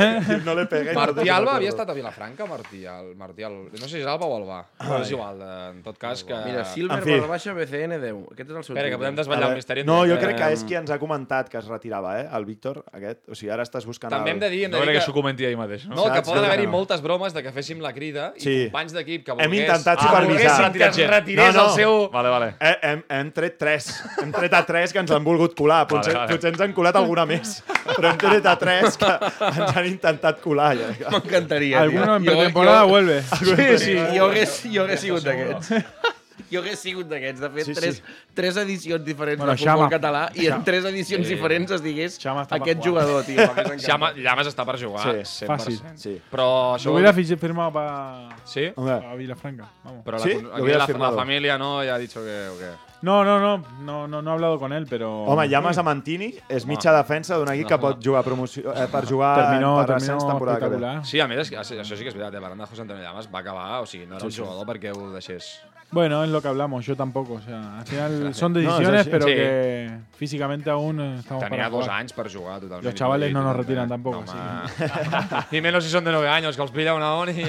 Speaker 6: *laughs* no le pegué.
Speaker 7: Martí
Speaker 6: no
Speaker 7: Alba havia
Speaker 6: recordo.
Speaker 7: estat a Vilafranca, Martí, el, Martí Alba. No sé si és Alba o Albà, però és igual. eh, En tot cas, que...
Speaker 9: Mira, Silver
Speaker 6: En fi.
Speaker 9: barra baixa BCN 10. Aquest és el seu
Speaker 7: Espera, que podem
Speaker 9: Twitter.
Speaker 6: A
Speaker 7: desvetllar un
Speaker 6: veure,
Speaker 7: misteri.
Speaker 6: No, jo
Speaker 7: Eh,
Speaker 6: crec que és qui ens ha comentat que es retirava, eh? El Víctor, aquest. O sigui, ara estàs buscant...
Speaker 7: També
Speaker 6: el-
Speaker 7: hem de dir, hem
Speaker 8: No
Speaker 7: de
Speaker 8: crec
Speaker 7: dir
Speaker 8: que s'ho
Speaker 7: que...
Speaker 8: comenti ell mateix, no?
Speaker 7: No, que
Speaker 6: Saps?
Speaker 7: poden
Speaker 6: No,
Speaker 7: haver-hi
Speaker 6: no.
Speaker 7: moltes bromes de que féssim la crida i
Speaker 6: Sí.
Speaker 7: companys d'equip que
Speaker 6: Hem
Speaker 7: volgués...
Speaker 6: intentat
Speaker 7: ah,
Speaker 6: supervisar.
Speaker 7: volguessin que es retirés
Speaker 6: No, no.
Speaker 7: el seu...
Speaker 8: Vale, vale.
Speaker 6: Eh, hem, hem tret tres. Hem tret a tres que ens han volgut colar. Potser,
Speaker 8: Vale, vale.
Speaker 6: potser ens han colat alguna més. Però hem tret a tres que ens han intentat colar. Ja.
Speaker 9: M'encantaria, tio.
Speaker 10: Alguno en
Speaker 9: Jo-
Speaker 10: pretemporada
Speaker 9: jo-
Speaker 10: vuelve.
Speaker 9: Sí, sí, jo hagués, jo hagués sigut d'aquests. Jo hagués sigut d'aquests. De fet,
Speaker 6: Sí, sí.
Speaker 9: tres, tres edicions diferents bueno,
Speaker 10: Bueno,
Speaker 9: de futbol
Speaker 10: Xama.
Speaker 9: català i en tres edicions diferents es digués
Speaker 10: Xama està
Speaker 9: aquest
Speaker 10: per jugar.
Speaker 9: jugador, tio. m'hagués encantat.
Speaker 7: Llama, Llamas està per jugar,
Speaker 6: Sí,
Speaker 7: 100%.
Speaker 10: fàcil.
Speaker 6: Sí.
Speaker 7: Però
Speaker 10: Lo
Speaker 7: això...
Speaker 10: hubiera fi- firmado para
Speaker 7: Sí?
Speaker 6: Home,
Speaker 10: Vilafranca. Vamos.
Speaker 7: Però
Speaker 6: Sí?
Speaker 7: la,
Speaker 6: Lo
Speaker 7: aquí
Speaker 6: hubieras
Speaker 7: la, la
Speaker 6: firmado.
Speaker 7: familia no ya ha dicho que... o que...
Speaker 10: No, no, no, no, no, no he hablado con él, pero.
Speaker 6: Home, llames a Mantini, és mitja defensa d'un equip que pot jugar promoció, eh, per jugar
Speaker 10: Terminó-
Speaker 6: per ascens
Speaker 10: terminó
Speaker 6: temporada que ve.
Speaker 7: Sí, a més, és que- això sí que és veritat, eh? Barandajo Santana Llamas va acabar, o sigui, no era
Speaker 10: Sí,
Speaker 7: un
Speaker 10: sí.
Speaker 7: jugador perquè ho deixés.
Speaker 10: Bueno, es lo que hablamos, yo tampoco. O sea, al final
Speaker 6: *laughs*
Speaker 7: Gracias.
Speaker 10: son
Speaker 7: No, es
Speaker 10: decisiones,
Speaker 7: así.
Speaker 10: pero
Speaker 7: Sí.
Speaker 10: que físicamente aún eh, estamos
Speaker 7: Tenia
Speaker 10: para
Speaker 7: dos
Speaker 10: jugar.
Speaker 7: anys per jugar totalment. eh?
Speaker 10: Los chavales no nos retiran
Speaker 7: No,
Speaker 10: tampoco. así que-
Speaker 7: *laughs* home. I menos si són de 9 anys, que els pilla una on i...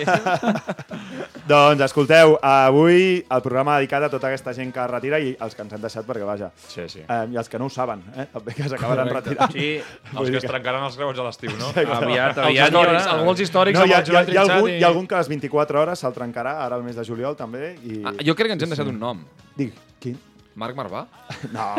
Speaker 6: Doncs escolteu, avui el programa dedicat a tota aquesta gent que es retira i els que ens han deixat perquè, vaja,
Speaker 7: sí, sí.
Speaker 6: Eh, i els que no ho saben, eh, també que s'acabaran
Speaker 8: Correcte.
Speaker 6: retirant.
Speaker 8: Sí, els que es trencaran els creus a l'estiu, no?
Speaker 6: Exacte.
Speaker 8: No,
Speaker 6: hi ha, hi ha, hi ha,
Speaker 8: algun-
Speaker 6: algun, hi ha algun que a les 24 hores se'l trencarà, ara el mes de juliol també. I...
Speaker 7: Ah, jo crec que ens hem deixat un nom.
Speaker 6: Dic,
Speaker 7: *laughs*
Speaker 6: quin?
Speaker 7: Marc Marvà?
Speaker 6: No,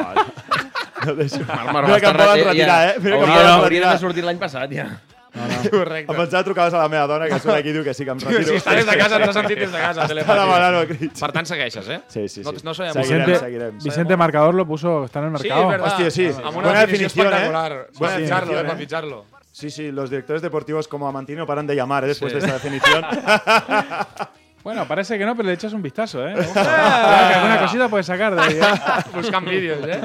Speaker 6: no deixo.
Speaker 7: Marc
Speaker 6: Mira que em poden retirar, eh? Mira que em poden retirar.
Speaker 9: l'any passat, ja.
Speaker 6: No, no. Correcte. Em pensava trucaves a la meva dona, que surt aquí i diu que sí, que em retiro.
Speaker 7: Si està des de casa, ens ha sentit des de casa.
Speaker 6: Està
Speaker 7: telepàtic.
Speaker 6: demanant el crit.
Speaker 7: Per tant, segueixes, eh?
Speaker 6: Sí, sí, sí.
Speaker 7: No, no sabem.
Speaker 10: Vicente, Vicente Marcador lo puso, está en el mercado.
Speaker 7: es verdad.
Speaker 6: Hostia, sí.
Speaker 7: Amb una
Speaker 6: Buena
Speaker 7: definició
Speaker 6: definición, ¿eh?
Speaker 7: espectacular. Para ficharlo, eh, para ficharlo.
Speaker 6: Sí, sí, los directores deportivos como Amantini no paran de llamar ¿eh? después
Speaker 10: Sí.
Speaker 6: de esta definición.
Speaker 7: *laughs*
Speaker 10: Bueno, parece que no, pero le echas un vistazo, ¿eh?
Speaker 7: *laughs*
Speaker 10: Ojo, que alguna cosita puedes sacar de ahí. ¿eh? *laughs*
Speaker 7: Buscant vídeos, eh?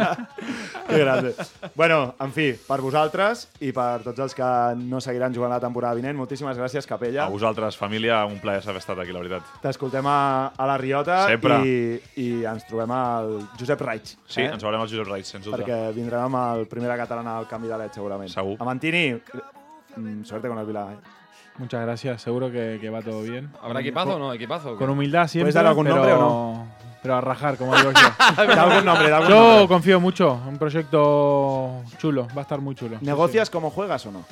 Speaker 6: que grande. Bueno, en fi, per vosaltres i per tots els que no seguiran jugant la temporada vinent, moltíssimes gràcies, Capella.
Speaker 8: A vosaltres, família, un plaer haver estat aquí, la veritat.
Speaker 6: T'escoltem a, a la Riota
Speaker 8: Sempre.
Speaker 6: i, i ens trobem al Josep Raig.
Speaker 8: Sí,
Speaker 6: eh?
Speaker 8: ens veurem als Josep Reis, sens dubte.
Speaker 6: Perquè vindrem amb el primera catalana al canvi de l'Ed, segurament. Segur. Amantini, mm, suerte con el Vila.
Speaker 7: *laughs*
Speaker 6: Eh?
Speaker 10: Muchas gracias, seguro que, que va todo bien.
Speaker 7: ¿Habrá equipazo o no? ¿Equipazo o qué?
Speaker 10: Con humildad siempre.
Speaker 6: ¿Puedes dar algún
Speaker 10: pero-
Speaker 6: nombre o no?
Speaker 10: Pero a rajar, como digo
Speaker 7: *laughs*
Speaker 10: yo.
Speaker 6: Da algún nombre, da algún
Speaker 10: yo
Speaker 6: nombre.
Speaker 10: confío mucho, un proyecto chulo, va a estar muy chulo.
Speaker 6: ¿Negocias cómo juegas o no?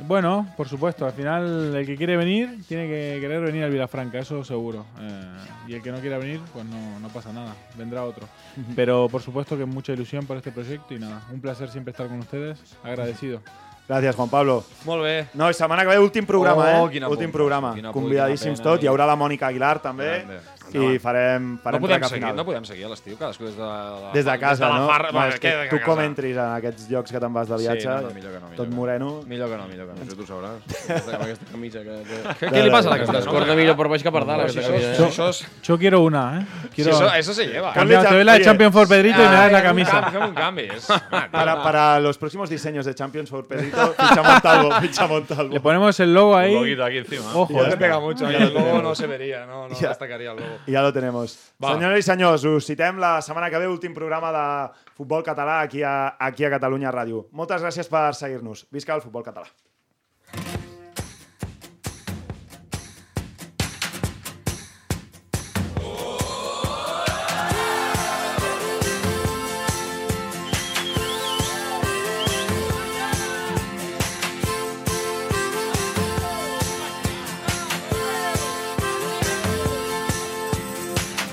Speaker 10: Bueno, por supuesto, al final el que quiere venir tiene que querer venir al Vilafranca, eso seguro. Eh, y el que no quiera venir, pues no, no pasa nada, vendrá otro.
Speaker 6: Ujú.
Speaker 10: Pero por supuesto que mucha ilusión por este proyecto y nada, un placer siempre estar con ustedes, agradecido.
Speaker 6: Gràcies, Juan Pablo.
Speaker 7: Molt bé.
Speaker 6: No, i setmana que ve últim programa,
Speaker 10: Oh,
Speaker 6: eh?
Speaker 10: quina por,
Speaker 6: Últim programa.
Speaker 10: quina por,
Speaker 6: Convidadíssims
Speaker 10: quina pena,
Speaker 6: tot. Hi haurà la Mònica Aguilar, també.
Speaker 7: eh? Grande.
Speaker 6: I farem,
Speaker 7: No
Speaker 6: farem
Speaker 7: podem,
Speaker 6: traca
Speaker 7: seguir,
Speaker 6: final.
Speaker 7: no podem seguir a l'estiu, cadascú des de, la,
Speaker 6: Des de casa,
Speaker 7: des de la
Speaker 6: no?
Speaker 7: Farra,
Speaker 6: no
Speaker 7: bueno,
Speaker 6: és que
Speaker 7: queda
Speaker 6: tu
Speaker 7: a
Speaker 6: com
Speaker 7: casa.
Speaker 6: entris en aquests llocs que te'n vas de
Speaker 7: Sí,
Speaker 6: viatge,
Speaker 7: no, no, millor que no, millor
Speaker 6: tot
Speaker 7: que no.
Speaker 6: moreno...
Speaker 7: Millor que no, millor que no. Això tu
Speaker 6: *laughs*
Speaker 7: ho sabràs.
Speaker 9: Aquesta- amb aquesta camisa que... que-
Speaker 7: Què- què li passa a la camisa?
Speaker 9: Descorda millor per baix que per dalt,
Speaker 7: No,
Speaker 9: aquesta
Speaker 7: si
Speaker 9: camisa. eh?
Speaker 10: Yo, yo quiero una, ¿eh? Quiero,
Speaker 7: Sí, eso- eso se lleva.
Speaker 10: Cambia- te doy la de
Speaker 6: Oye.
Speaker 10: Champions for Pedrito y
Speaker 7: ah,
Speaker 10: me das la
Speaker 7: Fem
Speaker 10: camisa.
Speaker 7: un canvi. És...
Speaker 10: *laughs*
Speaker 6: Para, para los próximos diseños de Champions for Pedrito, ficha Montalvo, ficha Montalvo.
Speaker 10: Le ponemos el logo ahí.
Speaker 6: Un loguito aquí encima.
Speaker 10: Ojo,
Speaker 6: Ya
Speaker 10: eh.
Speaker 6: está.
Speaker 7: Pega mucho, el lobo no se vería, no, no
Speaker 6: Ya.
Speaker 7: destacaría el lobo.
Speaker 6: I ja lo tenemos.
Speaker 7: Va.
Speaker 6: Senyores i senyors, us citem la setmana que ve, últim programa de futbol català aquí a, aquí a Catalunya Ràdio. Moltes gràcies per seguir-nos. Visca el futbol català.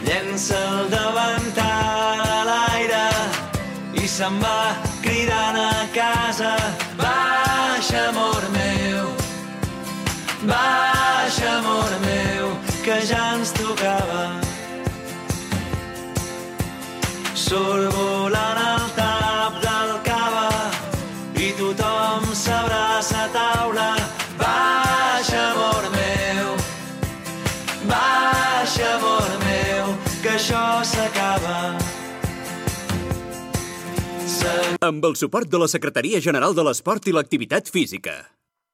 Speaker 4: Llença el davantal a l'aire i se'n va cridant a casa. Baixa, amor meu, baixa, amor meu, que ja ens tocava. Surt volant el tap del cava i tothom s'abraça a taula. Baixa, amor meu, Baixa, amor meu, que això s'acaba.
Speaker 3: Amb el suport de la Secretaria General de l'Esport i l'Activitat Física.